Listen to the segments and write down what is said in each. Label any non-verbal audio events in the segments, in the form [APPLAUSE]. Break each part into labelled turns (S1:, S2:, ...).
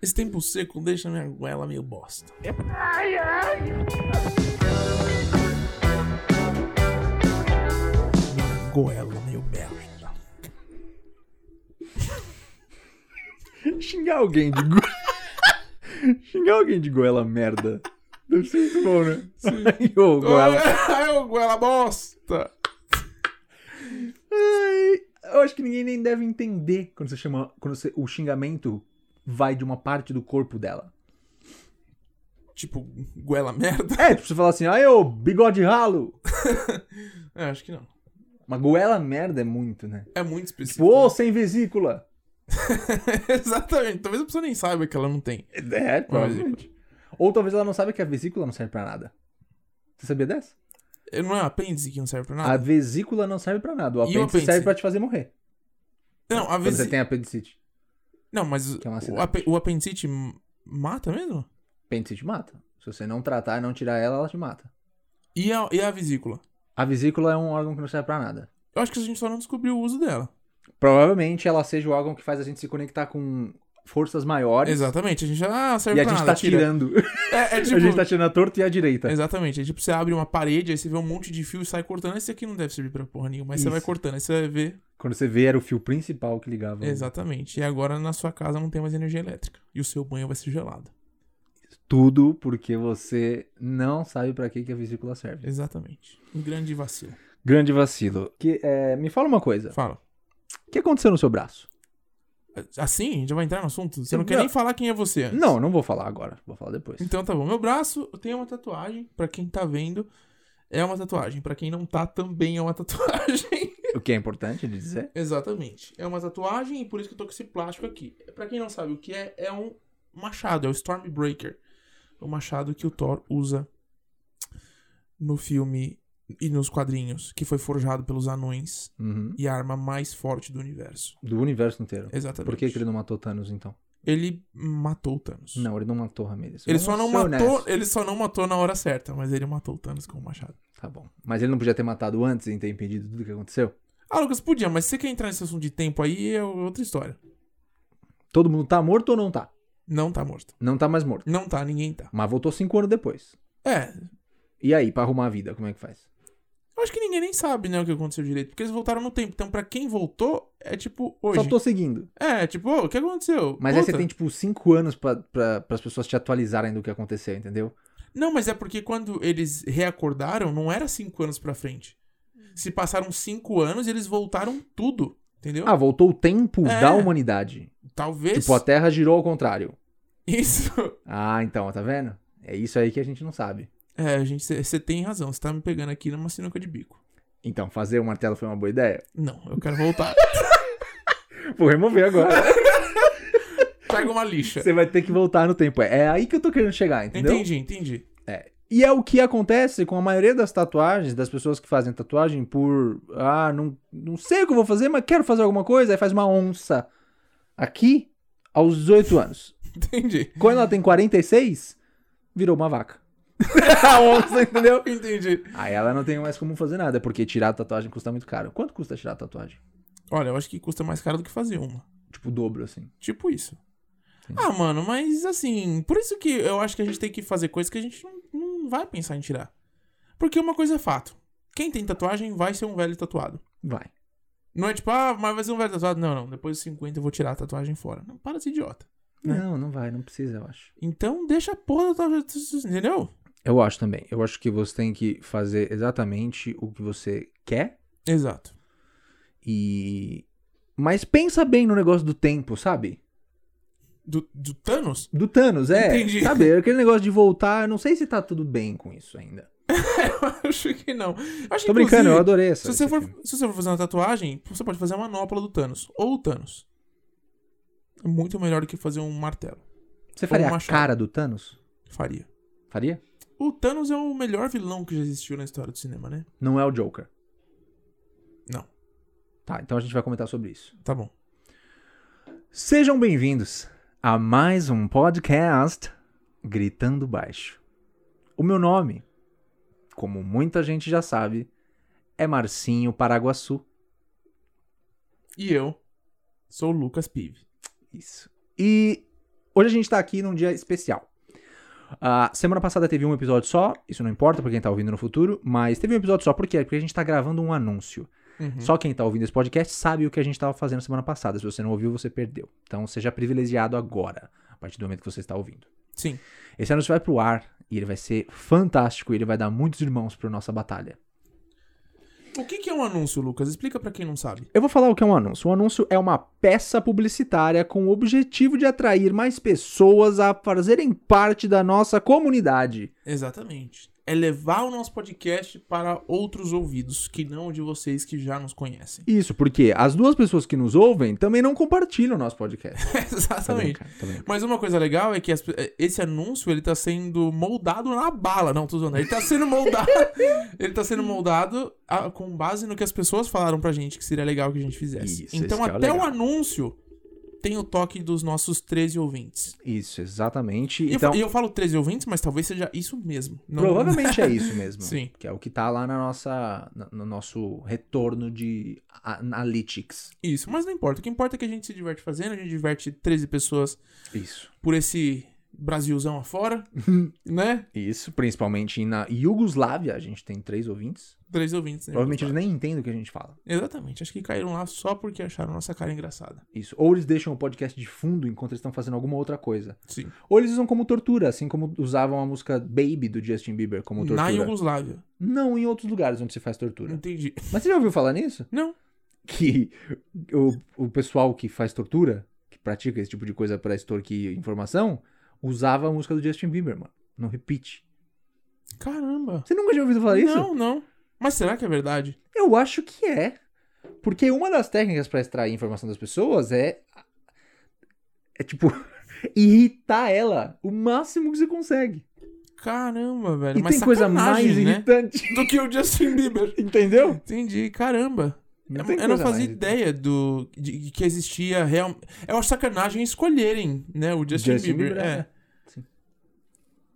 S1: Esse tempo seco deixa minha goela meio bosta. É Minha goela meio merda.
S2: Xingar alguém de go... [LAUGHS] Xingar alguém de goela merda. Deve ser muito bom, né? [LAUGHS] Ai,
S1: [LAUGHS]
S2: ô, goela.
S1: Ai, ô, É goela bosta!
S2: Ai, eu acho que ninguém nem deve entender quando você chama. Quando você- o xingamento vai de uma parte do corpo dela.
S1: Tipo, goela merda?
S2: É, tipo, você fala assim, ai, ô, bigode ralo.
S1: É, acho que não.
S2: Uma goela merda é muito, né?
S1: É muito específico.
S2: Tipo, ô, sem vesícula.
S1: [LAUGHS]
S2: Tipo?
S1: Exatamente. Talvez a pessoa nem saiba que ela não tem.
S2: É, provavelmente. Ou talvez ela não saiba que a vesícula não serve pra nada. Você sabia dessa?
S1: É, Não é um apêndice que não serve pra
S2: A
S1: nada?
S2: vesícula não serve pra nada. O
S1: Ah. E o
S2: apêndice,
S1: apêndice?
S2: serve pra te fazer morrer.
S1: Não, a
S2: Quando você
S1: vez...
S2: tem apendicite.
S1: Não, mas
S2: é uma
S1: o,
S2: cidade.
S1: ape- o apendicite m- mata mesmo?
S2: Apendicite mata. Se você não tratar e não tirar ela, ela te mata.
S1: E a, e a vesícula?
S2: A vesícula é um órgão que não serve pra nada.
S1: Eu acho que a gente só não descobriu o uso dela.
S2: Provavelmente ela seja o órgão que faz a gente se conectar com forças maiores.
S1: Exatamente. A gente já ah, serve
S2: E a
S1: pra
S2: gente
S1: nada.
S2: tá
S1: tira.
S2: tirando.
S1: É, é [LAUGHS] tipo...
S2: A gente tá tirando a torta e a direita.
S1: Exatamente. É tipo, você abre uma parede, aí você vê um monte de fio e sai cortando. Esse aqui não deve servir pra porra nenhuma. Mas você
S2: Isso.
S1: vai cortando, aí você vai ver.
S2: Quando você vê, era o fio principal que ligava.
S1: Exatamente. E agora na sua casa não tem mais energia elétrica. E o seu banho vai ser gelado.
S2: Tudo porque você não sabe pra que, que a vesícula serve.
S1: Exatamente. Um grande vacilo.
S2: Grande vacilo. Que, é, me fala uma coisa.
S1: Fala.
S2: O que aconteceu no seu braço?
S1: Assim? Já vai entrar no assunto? Você não
S2: Não.
S1: quer nem falar quem é você antes.
S2: Não, não vou falar agora. Vou falar depois.
S1: Então tá bom. Meu braço, eu tenho uma tatuagem. Pra quem tá vendo, é uma tatuagem. Pra quem não tá, também é uma [LAUGHS] tatuagem.
S2: O que é importante de dizer?
S1: Exatamente. É uma tatuagem e por isso que eu tô com esse plástico aqui. Pra quem não sabe o que é, é um machado, é o Stormbreaker. O machado que o Thor usa no filme e nos quadrinhos, que foi forjado pelos anões
S2: Uhum.
S1: e a arma mais forte do universo.
S2: Do universo inteiro.
S1: Exatamente.
S2: Por que, que ele não matou Thanos, então?
S1: Ele matou o Thanos.
S2: Não, ele não matou Ramirez.
S1: Ele
S2: Vamos
S1: só não
S2: ser
S1: matou,
S2: honestos.
S1: ele só não matou na hora certa, mas ele matou o Thanos com o machado.
S2: Tá bom. Mas ele não podia ter matado antes e ter impedido tudo que aconteceu?
S1: Ah, Lucas, podia, mas se você quer entrar nesse assunto de tempo aí, é outra história.
S2: Todo mundo tá morto ou não tá?
S1: Não tá morto.
S2: Não tá mais morto.
S1: Não tá, ninguém tá.
S2: Mas voltou cinco anos depois.
S1: É,
S2: E aí, pra arrumar a vida, como é que faz?
S1: eu acho que ninguém nem sabe, né, o que aconteceu direito. Porque eles voltaram no tempo. Então, pra quem voltou, é tipo hoje.
S2: Só tô seguindo.
S1: É, tipo, ô, o que aconteceu?
S2: Mas aí
S1: Puta.
S2: você tem, tipo, cinco anos pra, pra, as pessoas te atualizarem do que aconteceu, entendeu?
S1: Não, mas é porque quando eles reacordaram, não era cinco anos pra frente. Se passaram cinco anos, eles voltaram tudo. Entendeu?
S2: Ah, voltou o tempo
S1: É.
S2: da humanidade.
S1: Talvez.
S2: Tipo, a Terra girou ao contrário.
S1: Isso. [LAUGHS]
S2: Ah, então, tá vendo? É isso aí que a gente não sabe.
S1: É, a gente, você tem razão. Você tá me pegando aqui numa sinuca de bico.
S2: Então, fazer o martelo foi uma boa ideia?
S1: Não, eu quero
S2: [LAUGHS]
S1: voltar.
S2: Vou remover agora.
S1: Pega uma lixa.
S2: Você vai ter que voltar no tempo. É é aí que eu tô querendo chegar, entendeu?
S1: Entendi, entendi.
S2: E é o que acontece com a maioria das tatuagens, das pessoas que fazem tatuagem por. Ah, não, não sei o que eu vou fazer, mas quero fazer alguma coisa. Aí faz uma onça aqui aos 18 anos.
S1: Entendi.
S2: Quando ela tem 46, virou uma vaca. [LAUGHS] a onça, entendeu?
S1: Entendi.
S2: Aí ela não tem mais como fazer nada, porque tirar a tatuagem custa muito caro. Quanto custa tirar a tatuagem?
S1: Olha, eu acho que custa mais caro do que fazer uma.
S2: Tipo, o dobro, assim.
S1: Tipo isso.
S2: Entendi.
S1: Ah, mano, mas assim, por isso que eu acho que a gente tem que fazer coisas que a gente não, não vai pensar em tirar. Porque uma coisa é fato. Quem tem tatuagem vai ser um velho tatuado.
S2: Vai.
S1: Não é tipo, ah, mas vai ser um velho tatuado. Não, não. Depois dos 50 eu vou tirar a tatuagem fora. Não, para de ser idiota. Né?
S2: Não, não vai, não precisa, eu acho.
S1: Então deixa a porra da tatuagem. Entendeu?
S2: Eu acho também. Eu acho que você tem que fazer exatamente o que você quer
S1: Exato.
S2: E. Mas pensa bem no negócio do tempo, sabe?
S1: Do, do Thanos? [COUGHS]
S2: Do Thanos, é.
S1: Entendi.
S2: Sabe? Aquele negócio de voltar, eu não sei se tá tudo bem com isso ainda.
S1: Eu acho que não. Eu Acho,
S2: Tô brincando,
S1: inclusive,
S2: eu adorei essa.
S1: Se você,
S2: esse
S1: for,
S2: filme.
S1: se você for fazer uma tatuagem, você pode fazer a manopla do Thanos. Ou o Thanos. É muito melhor do que fazer um martelo.
S2: Você faria
S1: um
S2: a
S1: machado.
S2: cara do Thanos?
S1: Faria.
S2: Faria?
S1: O Thanos é o melhor vilão que já existiu na história do cinema, né?
S2: Não é o Joker.
S1: Não.
S2: Tá, então a gente vai comentar sobre isso.
S1: Tá bom.
S2: Sejam bem-vindos a mais um podcast Gritando Baixo. O meu nome, como muita gente já sabe, é Marcinho Paraguaçu.
S1: E eu sou o Lucas Pive.
S2: Isso. E Hoje a gente tá aqui num dia especial. Ah, semana passada teve um episódio só, isso não importa pra quem tá ouvindo no futuro, mas teve um episódio só, por quê? Porque a gente tá gravando um anúncio.
S1: Uhum.
S2: Só quem tá ouvindo esse podcast sabe o que a gente tava fazendo semana passada. Se você não ouviu, você perdeu. Então seja privilegiado agora, a partir do momento que você está ouvindo.
S1: Sim.
S2: Esse anúncio vai pro ar e ele vai ser fantástico e ele vai dar muitos irmãos pra nossa batalha.
S1: O que, que é um anúncio, Lucas? Explica pra quem não sabe.
S2: Eu vou falar o que é um anúncio. Um anúncio é uma peça publicitária com o objetivo de atrair mais pessoas a fazerem parte da nossa comunidade.
S1: Exatamente. É levar o nosso podcast para outros ouvidos que não de vocês que já nos conhecem. [LAUGHS]
S2: Isso, porque as duas pessoas que nos ouvem também não compartilham o nosso
S1: [LAUGHS]
S2: podcast. Tá
S1: Exatamente.
S2: brincando, tá brincando.
S1: Mas uma coisa legal é que as- esse anúncio ele tá sendo moldado na bala, não, tô zoando. Ele tá sendo
S2: [LAUGHS]
S1: moldado. ele tá sendo moldado ah, com base no que as pessoas falaram pra gente que seria legal que a gente fizesse.
S2: Isso,
S1: então
S2: esse que é o
S1: até o,
S2: legal.
S1: anúncio tem o toque dos nossos 13 ouvintes.
S2: Isso, exatamente.
S1: E eu
S2: Então,
S1: fa- e eu, falo 13 ouvintes, mas talvez seja isso mesmo. Não-
S2: Provavelmente é isso mesmo.
S1: Sim.
S2: Que é o que tá lá na nossa, na- no nosso retorno de a- analytics.
S1: [LAUGHS] Isso, mas não importa. O que importa é que a gente se diverte fazendo, a gente diverte 13 pessoas
S2: Isso.
S1: por esse Brasilzão
S2: [LAUGHS]
S1: afora, né?
S2: Isso, principalmente na Iugoslávia, a gente tem três ouvintes.
S1: 13 ouvintes, né?
S2: Provavelmente eles nem entendem o que a gente fala.
S1: Exatamente, acho que caíram lá só porque acharam nossa cara engraçada.
S2: Isso. Ou eles deixam o podcast de fundo enquanto eles estão fazendo alguma outra coisa.
S1: Sim.
S2: Ou eles usam como tortura, assim como usavam a música Baby do Justin Bieber como tortura.
S1: Na Iugoslávia.
S2: Não em outros lugares onde se faz tortura.
S1: Entendi.
S2: Mas você já ouviu falar nisso?
S1: Hum. Não.
S2: que o, o pessoal que faz tortura, que pratica esse tipo de coisa pra extorquir informação, usava a música do Justin Bieber, mano. No repeat.
S1: Caramba.
S2: Você nunca tinha ouvido falar isso?
S1: Não, não. Mas será que é verdade?
S2: Eu acho que é. Porque uma das técnicas pra extrair informação das pessoas é. É tipo. [LAUGHS] irritar ela o máximo que você consegue.
S1: Caramba, velho.
S2: E
S1: Mas
S2: tem coisa mais
S1: É sacanagem, né?
S2: irritante. [LAUGHS]
S1: Do que o Justin Bieber.
S2: Entendeu?
S1: Entendi, caramba. Eu-
S2: tem
S1: eu não
S2: coisa
S1: fazia
S2: mais- né?
S1: ideia do, de, de que existia real. É uma sacanagem escolherem, né? O Justin,
S2: Justin
S1: Bieber.
S2: Bieber,
S1: é.
S2: é. Sim.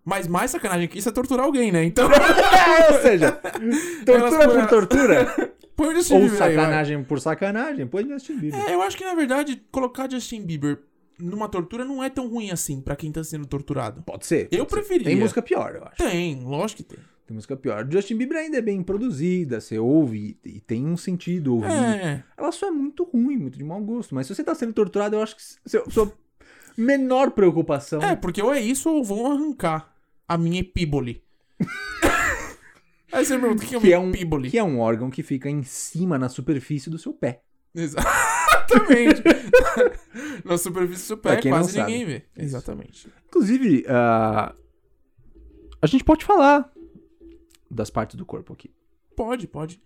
S1: Mas mais sacanagem que isso é torturar alguém, né? Então, [LAUGHS]
S2: é. [LAUGHS] Ou seja, tortura
S1: Elas-
S2: por tortura.
S1: põe o [LAUGHS] Justin
S2: Ou
S1: Bieber. aí, vai.
S2: sacanagem por sacanagem, põe Justin Bieber.
S1: É, eu acho que na verdade, colocar Justin Bieber numa tortura não é tão ruim assim pra quem tá sendo torturado.
S2: Pode ser.
S1: Eu
S2: pode ser.
S1: preferia.
S2: Tem música pior, eu acho.
S1: Tem, lógico que tem.
S2: Tem música pior. Justin Bieber ainda é bem produzida, você ouve e e tem um sentido ouvir.
S1: É.
S2: Ela só é muito ruim, muito de mau gosto. Mas se você tá sendo torturado, eu acho que seu- sua menor preocupação.
S1: É, porque ou é isso ou vão arrancar a minha epíbole. [LAUGHS] Aí você me pergunta, o que é uma
S2: Que é um-
S1: epíbole?
S2: Que é um órgão que fica em cima, na superfície do seu pé.
S1: é [LAUGHS] Exatamente. [LAUGHS] Na superfície do
S2: Pra
S1: pé,
S2: quem não
S1: quase
S2: sabe.
S1: ninguém vê. Exatamente.
S2: Inclusive, ah, a gente pode falar das partes do corpo aqui.
S1: Pode, pode.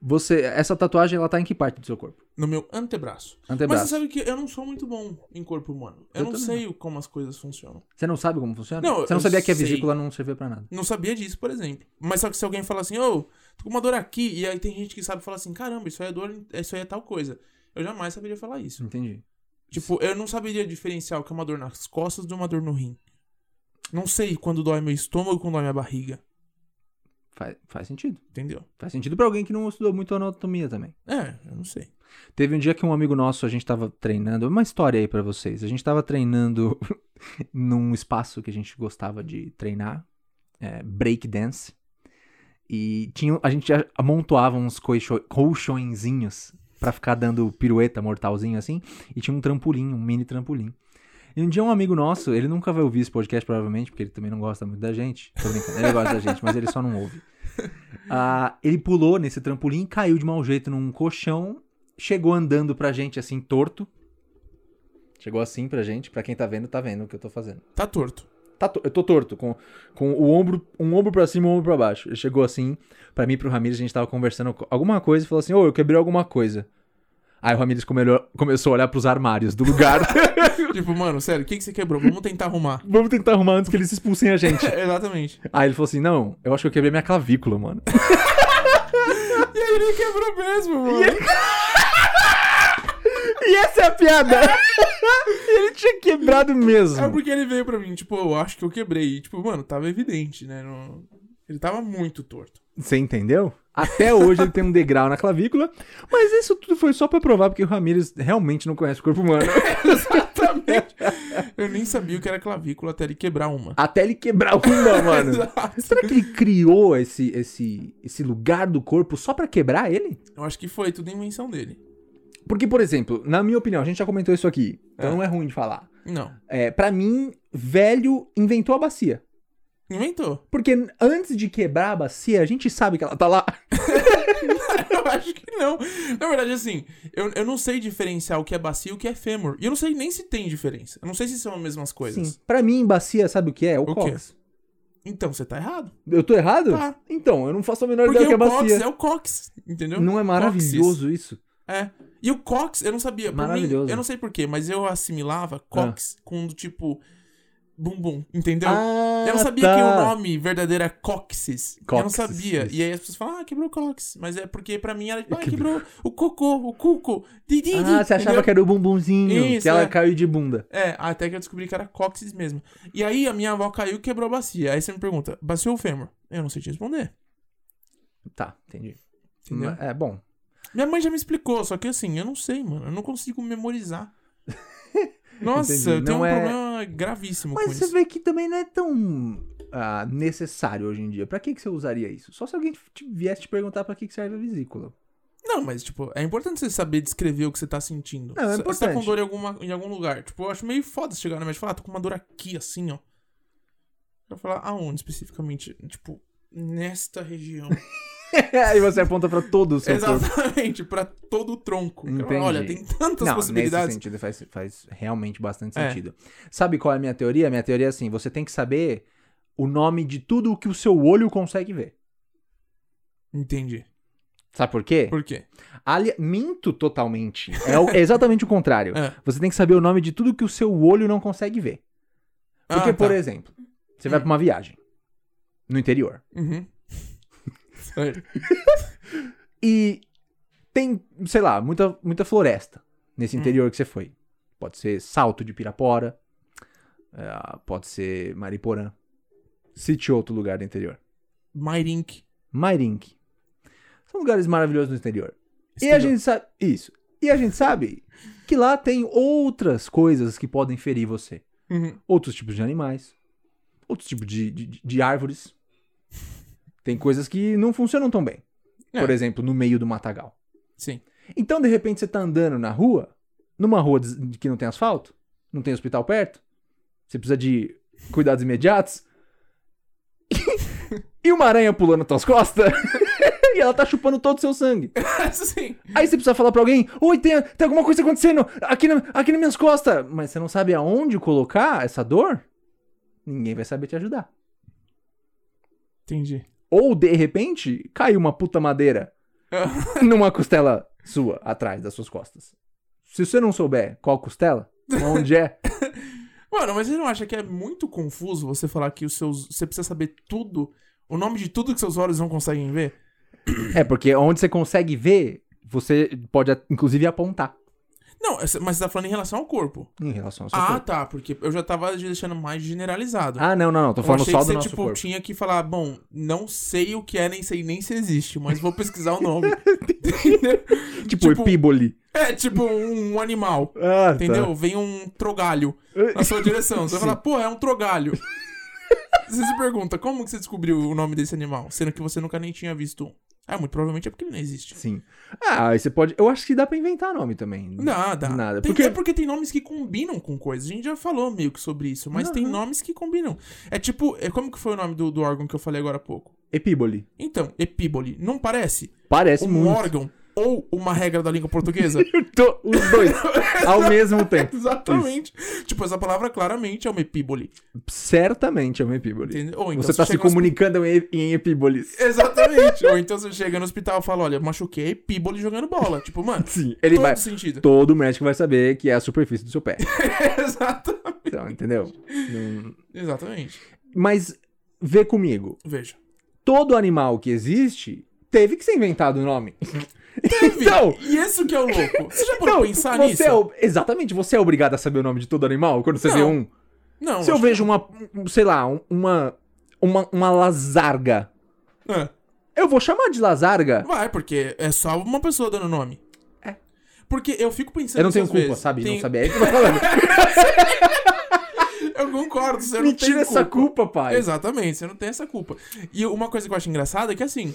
S2: Você, essa tatuagem, ela tá em que parte do seu corpo?
S1: No meu antebraço. Mas
S2: Antebraço.
S1: você sabe que eu não sou muito bom em corpo humano. Eu,
S2: Eu
S1: não
S2: também
S1: sei como as coisas funcionam.
S2: Você não sabe como funciona?
S1: Não,
S2: você não
S1: eu
S2: sabia que a
S1: sei.
S2: vesícula não servia pra nada.
S1: Não sabia disso, por exemplo. Mas só que se alguém fala assim, ô, tô com uma dor aqui, e aí tem gente que sabe e fala assim, caramba, isso aí é dor, isso aí é tal coisa. Eu jamais saberia falar isso.
S2: Entendi.
S1: Tipo, eu não saberia diferenciar o que é uma dor nas costas de uma dor no rim. Não sei quando dói meu estômago, quando dói minha barriga.
S2: Faz, faz sentido.
S1: Entendeu?
S2: Faz sentido pra alguém que não estudou muito anatomia também.
S1: É, eu não sei.
S2: Teve um dia que um amigo nosso, a gente tava treinando, uma história aí pra vocês. A gente tava treinando [LAUGHS] num espaço que a gente gostava de treinar, é, break dance. E tinha, a gente a- amontoava uns colcho, colchõezinhos pra ficar dando pirueta mortalzinho assim, e tinha um trampolim, um mini trampolim. E um dia um amigo nosso, ele nunca vai ouvir esse podcast provavelmente, porque ele também não gosta muito da gente. Tô brincando, ele gosta da gente, mas ele só não ouve. Ah, ele pulou nesse trampolim, caiu de mau jeito num colchão chegou andando pra gente assim, torto. Chegou assim pra gente. Pra quem tá vendo, tá vendo o que eu tô fazendo.
S1: Tá torto.
S2: Tá to- Eu tô torto, com, com o ombro, um ombro pra cima e um ombro pra baixo. Ele chegou assim, pra mim e pro Ramires, a gente tava conversando co- alguma coisa e falou assim: Ô, eu quebrei alguma coisa. Aí o Ramires comelhou- começou a olhar pros armários do [LAUGHS] lugar.
S1: tipo, mano, sério, o que, que você quebrou? Vamos tentar
S2: [LAUGHS]
S1: arrumar. É,
S2: Vamos tentar arrumar antes que eles expulsem a gente.
S1: Exatamente.
S2: Aí ele falou assim: Não, eu acho que eu quebrei minha clavícula, mano.
S1: E aí ele quebrou mesmo, mano.
S2: [LAUGHS] E essa é a piada! [LAUGHS] ele tinha quebrado mesmo.
S1: É porque ele veio pra mim, tipo, eu acho que eu quebrei. E, tipo, mano, tava evidente, né? Não- Ele tava muito torto.
S2: Você entendeu? Até hoje ele tem um degrau na clavícula, mas isso tudo foi só pra provar porque o Ramirez realmente não conhece o corpo humano.
S1: Exatamente. Eu nem sabia o que era clavícula até ele quebrar uma.
S2: [LAUGHS] Até ele quebrar o [LAUGHS] pulmão, mano.
S1: Exato.
S2: Será que ele criou esse, esse, esse lugar do corpo só pra quebrar ele?
S1: [LAUGHS] Eu acho que foi tudo invenção dele.
S2: Porque, por exemplo, na minha opinião, a gente já comentou isso aqui, então
S1: É.
S2: não é ruim de falar.
S1: Não.
S2: É, para mim, velho inventou a bacia.
S1: Inventou.
S2: Porque antes de quebrar a bacia, a gente sabe que ela tá lá.
S1: [LAUGHS] Eu acho que não. Na verdade, assim, eu, eu não sei diferenciar o que é bacia e o que é fêmur. E eu não sei nem se tem diferença. Eu não sei se são as mesmas coisas.
S2: Sim. Pra mim, bacia, sabe o que é? É o,
S1: O quê?
S2: cox.
S1: Então, você tá errado.
S2: Eu tô errado?
S1: Tá.
S2: Então, eu não faço a menor
S1: Porque
S2: ideia que é
S1: o cox
S2: bacia.
S1: é o cox, entendeu?
S2: Não é
S1: Cóccix.
S2: maravilhoso isso?
S1: É. E o cox, eu não sabia. Por
S2: Maravilhoso.
S1: Mim, eu não sei porquê, mas eu assimilava cox com do tipo bumbum, entendeu?
S2: Ah,
S1: um- eu não sabia
S2: tá.
S1: que o nome verdadeiro era coxis. Eu não
S2: Cóccix,
S1: sabia.
S2: isso.
S1: E aí as pessoas falam, ah, quebrou o cox. Mas é porque pra mim era tipo, ah,
S2: Quebrou.
S1: quebrou o cocô, o cuco. Didi,
S2: Ah, você achava que era o bumbumzinho,
S1: Isso,
S2: que ela
S1: é.
S2: caiu de bunda.
S1: É, até que eu descobri que era cóccix mesmo. E aí a minha avó caiu e quebrou a bacia. Aí você me pergunta, bacia ou fêmur? Eu não sei te responder.
S2: Tá, entendi.
S1: Entendeu? Um
S2: Ma- É, bom.
S1: Minha mãe já me explicou, só que assim, eu não sei, mano. Eu não consigo
S2: [LAUGHS]
S1: memorizar. Nossa,
S2: Entendi.
S1: eu tenho
S2: Não
S1: um
S2: é-
S1: problema gravíssimo
S2: Mas
S1: com
S2: você
S1: isso.
S2: vê que também não é tão ah, necessário hoje em dia. Pra que, que você usaria isso? Só se alguém te- viesse te perguntar pra que, que serve a vesícula. [LAUGHS]
S1: Não, mas tipo, é importante você saber descrever o que você tá sentindo.
S2: Não, é
S1: Se- Você tá com
S2: importante.
S1: dor em, alguma, em algum lugar. Tipo, eu acho meio foda você chegar na médica e falar, ah, tô com uma dor aqui, assim, ó. Pra falar, aonde especificamente? Tipo, nesta região.
S2: Aí você aponta pra todo o seu corpo.
S1: Exatamente, pra todo o tronco. Cara,
S2: Entendi.
S1: Olha, tem tantas
S2: Não, nesse
S1: possibilidades.
S2: sentido faz, faz realmente bastante
S1: É.
S2: sentido. Sabe qual é a minha teoria? Minha teoria é assim, você tem que saber o nome de tudo o que o seu olho consegue ver.
S1: Entendi.
S2: Sabe por quê?
S1: Por quê?
S2: Ali- Minto totalmente. É o- é exatamente o contrário.
S1: [LAUGHS] É.
S2: Você tem que saber o nome de tudo que o seu olho não consegue ver. Porque,
S1: Ah,
S2: por
S1: tá.
S2: exemplo, você vai
S1: Hum.
S2: pra uma viagem no interior.
S1: Uhum. [LAUGHS] Certo.
S2: E tem, sei lá, muita, muita floresta nesse
S1: Hum.
S2: interior que você foi. Pode ser Salto de Pirapora, eh, pode ser Mariporã. Cite outro lugar do interior.
S1: Mairink.
S2: Mairink. São lugares maravilhosos no interior. E a
S1: Exterior.
S2: gente sabe. Isso. E a gente sabe que lá tem outras coisas que podem ferir você.
S1: Uhum.
S2: Outros tipos de animais. Outros tipos de, de, de- de árvores. Tem coisas que não funcionam tão bem. Por
S1: É.
S2: exemplo, no meio do matagal.
S1: Sim. [LAUGHS]
S2: Então, de repente, você tá andando na rua, numa rua des- que não tem asfalto, não tem hospital perto, você precisa de cuidados imediatos, e uma aranha pulando nas tuas costas, [LAUGHS] e ela tá chupando todo o seu sangue.
S1: Sim.
S2: Aí você precisa falar pra alguém, oi, tem, tem alguma coisa acontecendo aqui, na, aqui nas minhas costas, mas você não sabe aonde colocar essa dor, ninguém vai saber te ajudar.
S1: Entendi.
S2: Ou, de repente, cai uma puta madeira
S1: [LAUGHS]
S2: numa costela sua, atrás das suas costas. Se você não souber qual costela, onde é,
S1: Mano, mas você não acha que é muito confuso você falar que os seus. Você precisa saber tudo. O nome de tudo que seus olhos não conseguem ver?
S2: é porque onde você consegue ver, você pode inclusive apontar
S1: Não, essa- mas você tá falando em relação ao corpo.
S2: em relação ao seu
S1: Ah,
S2: corpo.
S1: tá. Porque eu já tava deixando mais generalizado.
S2: Ah, não, não, não, tô
S1: Eu
S2: falando
S1: achei
S2: só
S1: que
S2: do
S1: você,
S2: nosso
S1: tipo,
S2: corpo.
S1: tinha que falar, bom, não sei o que é, nem sei nem se existe, mas vou pesquisar o
S2: [LAUGHS]
S1: nome.
S2: Tipo,
S1: tipo-
S2: epíbole.
S1: é tipo um animal,
S2: Ah, tá.
S1: entendeu? Vem um trogalho na sua direção. Você vai
S2: Sim.
S1: falar, pô, é um trogalho. você se pergunta, como que você descobriu o nome desse animal? Sendo que você nunca nem tinha visto um. Ah, muito provavelmente é porque ele não existe.
S2: Sim. Ah, aí você pode. Eu acho que dá pra inventar nome também.
S1: Nada.
S2: Nada,
S1: Tem-
S2: porque-
S1: É porque tem nomes que combinam com coisas. A gente já falou meio que sobre isso, mas tem
S2: Aham.
S1: nomes que combinam. É tipo, é como que foi o nome do, do órgão que eu falei agora há pouco?
S2: Epíbole.
S1: Então, epíbole, não parece?
S2: Parece
S1: um
S2: muito.
S1: órgão ou uma regra da língua
S2: [LAUGHS]
S1: portuguesa?
S2: Tô- Os dois. ao mesmo tempo.
S1: Exatamente. Tipo, essa palavra claramente é uma epíbole.
S2: Certamente é um epíbole.
S1: entendeu? Ou então
S2: você tá se
S1: chega É, no
S2: comunicando em em epíboles.
S1: hospi- Exatamente. ou então você chega no hospital e fala, olha, machuquei a epíbole jogando bola. Tipo, mano,
S2: Sim. [LAUGHS] Ele
S1: todo
S2: vai. [LAUGHS]
S1: sentido.
S2: Todo médico vai saber que é a superfície do seu pé.
S1: Exata-
S2: Então, entendeu? Não-
S1: Exatamente.
S2: Mas vê comigo.
S1: Veja.
S2: Todo animal que existe teve que ser inventado o nome.
S1: Teve.
S2: [LAUGHS] Então-
S1: e isso que é o louco. Você já parou
S2: Então,
S1: pra pensar
S2: você
S1: nisso?
S2: é o- exatamente, você é obrigado a saber o nome de todo animal quando você vê
S1: Não,
S2: um.
S1: Não.
S2: Se eu
S1: acho-
S2: vejo uma, um- sei lá, um- uma, uma, uma lazarga,
S1: Ah,
S2: Eu vou chamar de Lazarga.
S1: Vai, porque é só uma pessoa dando nome.
S2: É.
S1: Porque eu fico pensando.
S2: Eu não
S1: isso
S2: tenho
S1: às
S2: culpa,
S1: vezes.
S2: sabe?
S1: Tenho-
S2: Não sabia.
S1: [LAUGHS]
S2: É isso que eu tô falando.
S1: Eu concordo, você
S2: Me
S1: não tem
S2: tira essa culpa, pai.
S1: Exatamente, você não tem essa culpa. E uma coisa que eu acho engraçada é que, assim,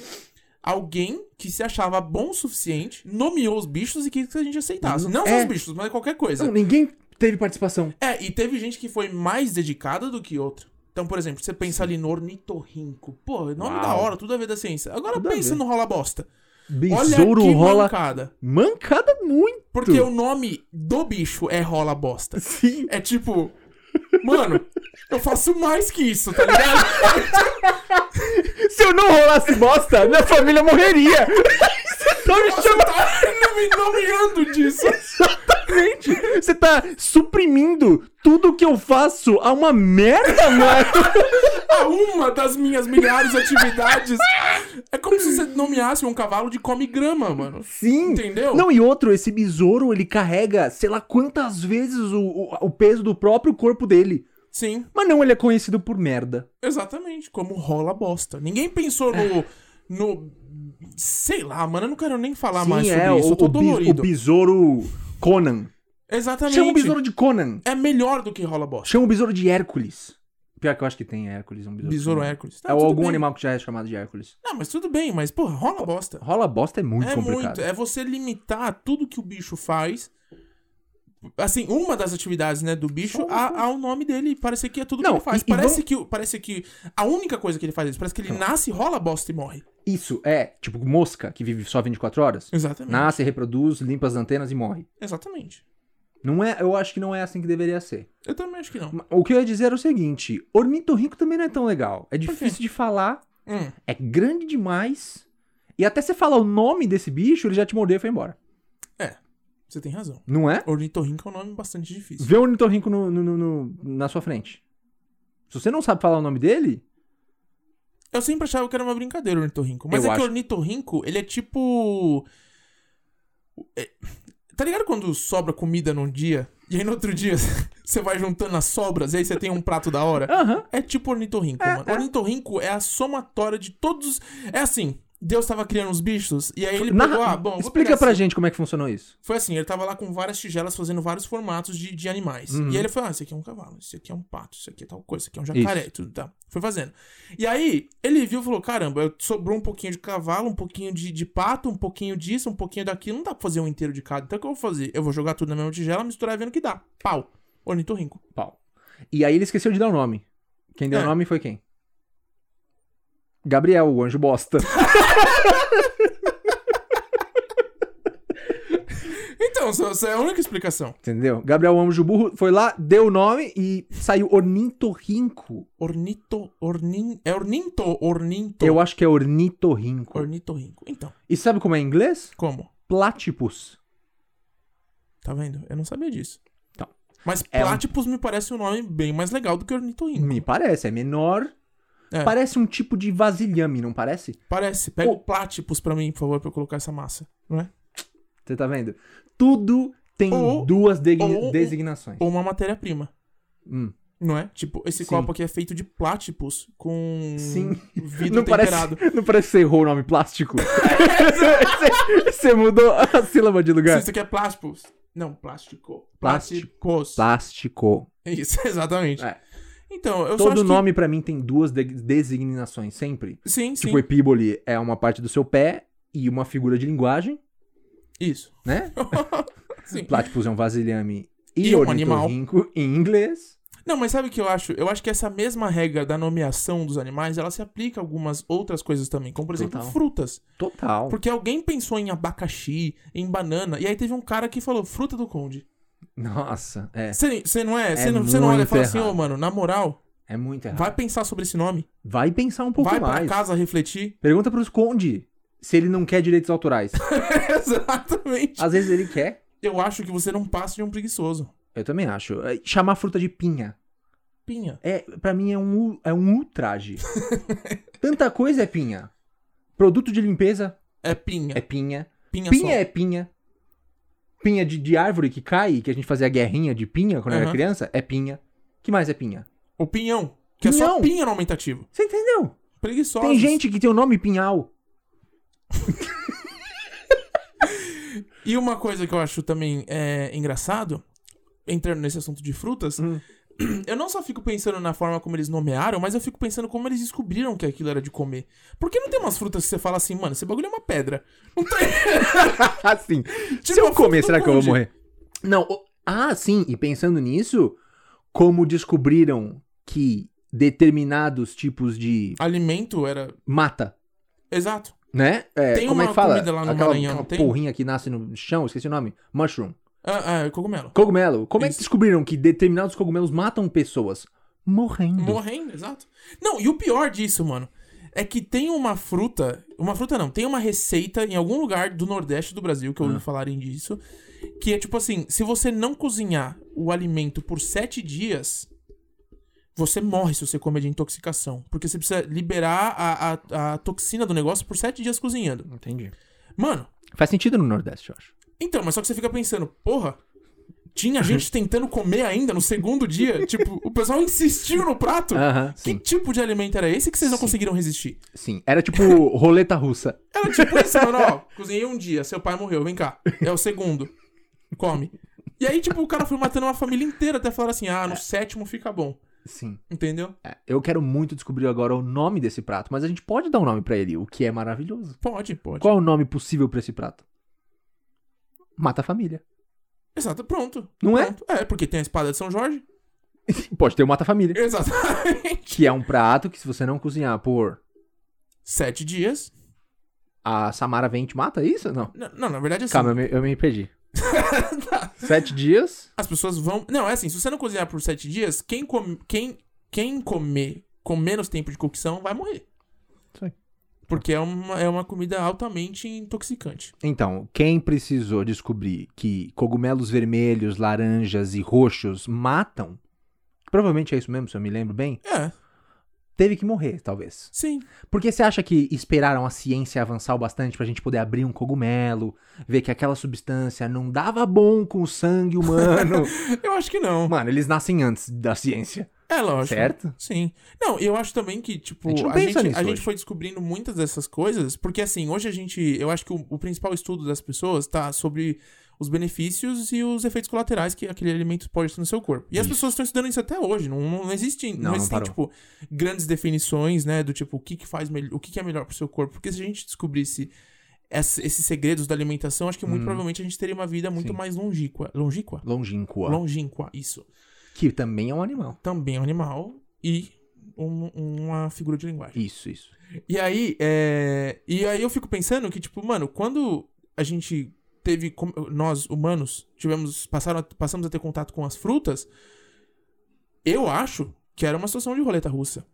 S1: alguém que se achava bom o suficiente nomeou os bichos e quis que a gente aceitasse. Não só
S2: É. Uhum.
S1: os bichos, mas qualquer coisa.
S2: Não, ninguém teve participação.
S1: É, e teve gente que foi mais dedicada do que outra. Então, por exemplo, você pensa ali no ornitorrinco. Pô, nome
S2: Uau.
S1: da hora, tudo a ver da ciência. Agora
S2: Tudo a
S1: pensa
S2: ver.
S1: no rola bosta. Olha
S2: Besouro
S1: que
S2: rola.
S1: mancada.
S2: Mancada muito.
S1: Porque o nome do bicho é rola bosta.
S2: Sim.
S1: É tipo, mano, eu faço mais que isso, tá ligado? [LAUGHS]
S2: Se eu não rolasse bosta, minha família morreria. [LAUGHS] Você tá me
S1: Você tá me nomeando disso.
S2: Exatamente! Você tá suprimindo tudo que eu faço a uma merda, mano!
S1: a uma das minhas milhares de atividades. É como se você nomeasse um cavalo de come grama, mano.
S2: Sim!
S1: Entendeu?
S2: Não, e outro, esse besouro, ele carrega, sei lá quantas vezes o, o, o peso do próprio corpo dele.
S1: Sim,
S2: Mas não, ele é conhecido por merda.
S1: exatamente. Como rola bosta. Ninguém pensou no. no sei lá, mano, eu não quero nem falar
S2: Sim,
S1: mais sobre
S2: é,
S1: isso.
S2: o,
S1: Eu tô
S2: o, bis- o
S1: dolorido.
S2: besouro Conan.
S1: Exatamente.
S2: Chama o besouro de Conan.
S1: É melhor do que rola bosta.
S2: Chama o besouro de Hércules. Pior que eu acho que tem Hércules, um besouro.
S1: Besouro
S2: Conan.
S1: Hércules. Tá,
S2: É ou
S1: tudo
S2: algum
S1: bem.
S2: animal que já é chamado de Hércules.
S1: Não, mas tudo bem, mas, pô, rola bosta.
S2: Rola bosta é muito
S1: é
S2: complicado.
S1: muito. É você limitar tudo que o bicho faz. Assim, uma das atividades, né, do bicho a- ao nome dele. Parece que é tudo
S2: Não,
S1: que ele faz.
S2: e- e
S1: parece,
S2: vamos-
S1: que, o- parece que a única coisa que ele faz é isso. Parece que ele nasce, rola bosta e morre.
S2: Isso, é, tipo mosca, que vive só 24 horas.
S1: Exatamente.
S2: Nasce, reproduz, limpa as antenas e morre.
S1: Exatamente.
S2: Não é, eu acho que não é assim que deveria ser.
S1: Eu também acho que não.
S2: Ma- O que eu ia dizer era o seguinte: ornitorrinco também não é tão legal. É difícil de falar,
S1: Hum,
S2: é grande demais. E até você falar o nome desse bicho, ele já te mordeu e foi embora.
S1: você tem razão.
S2: Não é?
S1: Ornitorrinco é um nome bastante difícil.
S2: Vê o ornitorrinco no, no- no- no- na sua frente. Se você não sabe falar o nome dele,
S1: Eu sempre achava que era uma brincadeira o ornitorrinco. Mas
S2: Eu
S1: é que
S2: acho-
S1: o ornitorrinco, ele é tipo... é- Tá ligado quando sobra comida num dia? E aí no outro dia [LAUGHS] você vai juntando as sobras e aí você tem um prato da hora?
S2: aham,
S1: É tipo ornitorrinco,
S2: É,
S1: mano.
S2: é.
S1: Ornitorrinco é a somatória de todos os... É assim, Deus tava criando os bichos, e aí ele
S2: narra-
S1: pegou... Ah, bom, vou
S2: explica
S1: pegar
S2: pra
S1: esse-
S2: gente como é que funcionou isso.
S1: Foi assim, ele tava lá com várias tigelas fazendo vários formatos de, de animais.
S2: Uhum.
S1: E aí ele foi, ah, esse aqui é um cavalo, esse aqui é um pato, esse aqui é tal coisa, esse aqui é um jacaré,
S2: Isso.
S1: tudo, tá? Foi fazendo. E aí, ele viu e falou, caramba, eu- sobrou um pouquinho de cavalo, um pouquinho de, de pato, um pouquinho disso, um pouquinho daquilo, não dá pra fazer um inteiro de cada. Então o que eu vou fazer? Eu vou jogar tudo na mesma tigela, misturar e vendo o que dá. Pau. Ornitorrinco.
S2: Pau. E aí ele esqueceu de dar o nome. Quem deu o
S1: É.
S2: nome foi quem? Gabriel, o anjo bosta. [LAUGHS]
S1: Então, essa essa é a única explicação.
S2: Entendeu? Gabriel Anjo Burro foi lá, deu o nome e saiu Ornitorrinco.
S1: Ornito. Ornin, é orninto, orninto.
S2: Eu acho que é Ornitorrinco.
S1: Ornitorrinco. Então,
S2: E sabe como é em inglês?
S1: como?
S2: Platypus.
S1: Tá vendo? Eu não sabia disso.
S2: Então.
S1: Mas
S2: É um-
S1: Platypus me parece um nome bem mais legal do que ornitorrinco.
S2: Me parece, é menor.
S1: Hum. É.
S2: Parece um tipo de vasilhame, não parece?
S1: Parece. Pega
S2: Ô.
S1: o Platypus pra mim, por favor, pra eu colocar essa massa. Não é?
S2: Você tá vendo? Tudo tem
S1: Ou-
S2: duas degni-
S1: ou- um
S2: designações.
S1: Ou uma matéria-prima.
S2: Hum.
S1: Não é? Tipo, esse
S2: Sim.
S1: copo aqui é feito de Platypus com
S2: Sim.
S1: vidro
S2: Não parece,
S1: temperado.
S2: [LAUGHS] não parece que você errou o nome plástico. [LAUGHS] você, você mudou a sílaba de
S1: Se
S2: lugar.
S1: isso aqui é Platypus. Não, plástico.
S2: Plástico.
S1: Plásticos.
S2: Plástico.
S1: Isso, [LAUGHS] exatamente.
S2: É.
S1: Então, eu só
S2: Todo
S1: acho
S2: nome pra mim tem duas de- designações, sempre.
S1: que... Sim, sim.
S2: Tipo, epíbole é uma parte do seu pé e uma figura de linguagem,
S1: Isso.
S2: né?
S1: [LAUGHS] Sim.
S2: Platypus é um vasilhame e,
S1: E um
S2: ornitorrinco em inglês.
S1: Não, mas sabe o que eu acho? Eu acho que essa mesma regra da nomeação dos animais, ela se aplica a algumas outras coisas também, como por exemplo
S2: Total.
S1: frutas.
S2: Total.
S1: Porque alguém pensou em abacaxi, em banana, e aí teve um cara que falou fruta do conde.
S2: Nossa, é.
S1: Você não é? Você
S2: É
S1: não, cê não olha e
S2: muito
S1: fala assim, ô
S2: errado.
S1: mano, na moral,
S2: É muito errado. Vai,
S1: vai pensar sobre esse nome.
S2: pensar um pouco
S1: vai pra
S2: mais.
S1: casa
S2: [LAUGHS]
S1: refletir. [LAUGHS]
S2: Pergunta pros Conde se ele não quer direitos autorais.
S1: Exatamente.
S2: Às vezes ele quer.
S1: Eu acho que você não passa de um preguiçoso.
S2: Eu também acho. É, Chamar fruta de pinha.
S1: Pinha.
S2: É, para mim é um, u- é um ultraje.
S1: [LAUGHS]
S2: Tanta coisa é pinha. Produto de limpeza
S1: É pinha.
S2: é pinha.
S1: pinha,
S2: Pinha
S1: só.
S2: é pinha. Pinha de, de árvore que cai, que a gente fazia a guerrinha de pinha quando era
S1: Aham.
S2: criança, é pinha. que mais é pinha?
S1: O pinhão. Que é
S2: Pinhão.
S1: só pinha no aumentativo.
S2: Você entendeu?
S1: Preguiçoso.
S2: Tem gente que tem o nome pinhal.
S1: E uma coisa que eu acho também é, engraçado, entrando nesse assunto de frutas,
S2: Hum.
S1: [CLEARS THROAT] eu não só fico pensando na forma como eles nomearam, mas eu fico pensando como eles descobriram que aquilo era de comer. Porque não tem umas frutas que você fala assim, mano, esse bagulho é uma pedra. Não tem.
S2: [LAUGHS] assim, se
S1: Tipo,
S2: eu comer,
S1: fruta
S2: será
S1: do
S2: que eu vou
S1: Conde.
S2: morrer? Não, o- ah, sim, e pensando nisso, como descobriram que determinados tipos de
S1: Alimento era.
S2: mata,
S1: Exato.
S2: né? É,
S1: Tem
S2: como é
S1: uma
S2: que fala?
S1: comida lá no
S2: aquela
S1: Maranhão,
S2: aquela
S1: tem?
S2: porrinha que nasce no chão, esqueci o nome. Mushroom.
S1: Ah, ah, cogumelo.
S2: Cogumelo. Como é que
S1: Isso.
S2: descobriram que determinados cogumelos matam pessoas? Morrendo.
S1: Morrendo, exato. Não, e o pior disso, mano, é que tem uma fruta. Uma fruta não, tem uma receita em algum lugar do Nordeste do Brasil, que eu ouvi falarem disso. Que é tipo assim: se você não cozinhar o alimento por sete dias, você morre se você comer de intoxicação. Porque você precisa liberar a, a, a toxina do negócio por sete dias cozinhando.
S2: Entendi.
S1: Mano,
S2: Faz sentido no Nordeste,
S1: [LAUGHS]
S2: eu acho.
S1: então, mas só que você fica pensando, porra, tinha gente tentando comer ainda no segundo dia. tipo, o pessoal insistiu no prato.
S2: Aham,
S1: Que
S2: sim.
S1: tipo de alimento era esse que vocês não conseguiram resistir?
S2: Sim. Era tipo roleta russa.
S1: Era tipo isso, mano, ó, [LAUGHS] cozinhei um dia, seu pai morreu, vem cá. É o segundo. Come. E aí, tipo, o cara foi matando uma família inteira até falar assim, ah, no sétimo fica bom.
S2: [LAUGHS] Sim.
S1: Entendeu?
S2: É, Eu quero muito descobrir agora o nome desse prato, mas a gente pode dar um nome pra ele, o que é maravilhoso.
S1: Pode, pode.
S2: Qual é o nome possível pra esse prato? Mata a família.
S1: Exato, pronto.
S2: Não é?
S1: Pronto. É, porque tem a espada de São Jorge.
S2: Pode ter o mata a família,
S1: Exatamente.
S2: que é um prato que se você não cozinhar por
S1: [LAUGHS] Sete dias.
S2: a Samara vem e te mata, é isso? Não.
S1: Não, não, na verdade é assim.
S2: Calma, eu me, eu me perdi. Sete dias.
S1: As pessoas vão. Não, é assim, se você não cozinhar por sete dias, quem, come... quem... quem comer com menos tempo de cocção vai morrer.
S2: Isso aí.
S1: Porque é uma, é uma comida altamente intoxicante.
S2: Então, quem precisou descobrir que cogumelos vermelhos, laranjas e roxos matam, provavelmente é isso mesmo, se eu me lembro bem,
S1: É,
S2: teve que morrer, talvez.
S1: sim.
S2: Porque você acha que esperaram a ciência avançar o bastante pra gente poder abrir um cogumelo, ver que aquela substância não dava bom com o
S1: [LAUGHS]
S2: sangue humano?
S1: Eu acho que não.
S2: Mano, eles nascem antes da ciência,
S1: É lógico.
S2: certo?
S1: Sim. Não, eu acho também que, tipo, a
S2: A gente
S1: gente,
S2: não pensa nisso
S1: a gente
S2: hoje.
S1: foi descobrindo muitas dessas coisas, porque assim, hoje a gente. Eu acho que o, o principal estudo das pessoas tá sobre os benefícios e os efeitos colaterais que aquele alimento pode ter no seu corpo. E as
S2: Isso.
S1: pessoas estão estudando isso até hoje. Não, não existe.
S2: Não,
S1: Não,
S2: não
S1: existem,
S2: parou.
S1: tipo, grandes definições, né? Do tipo, o que, que faz melhor, o que, que é melhor pro seu corpo. Porque se a gente descobrisse. essa- Esses segredos da alimentação, acho que muito
S2: Hum.
S1: provavelmente a gente teria uma vida muito
S2: Sim.
S1: mais longíqua. Longíqua?
S2: Longínqua,
S1: Longínqua, isso
S2: que também é um animal.
S1: também é um animal e um- uma figura de linguagem.
S2: Isso, isso.
S1: E aí, é... e aí eu fico pensando que, tipo, mano, quando a gente teve, com- nós humanos, tivemos, passaram a- passamos a ter contato com as frutas, eu acho que era uma situação de roleta russa.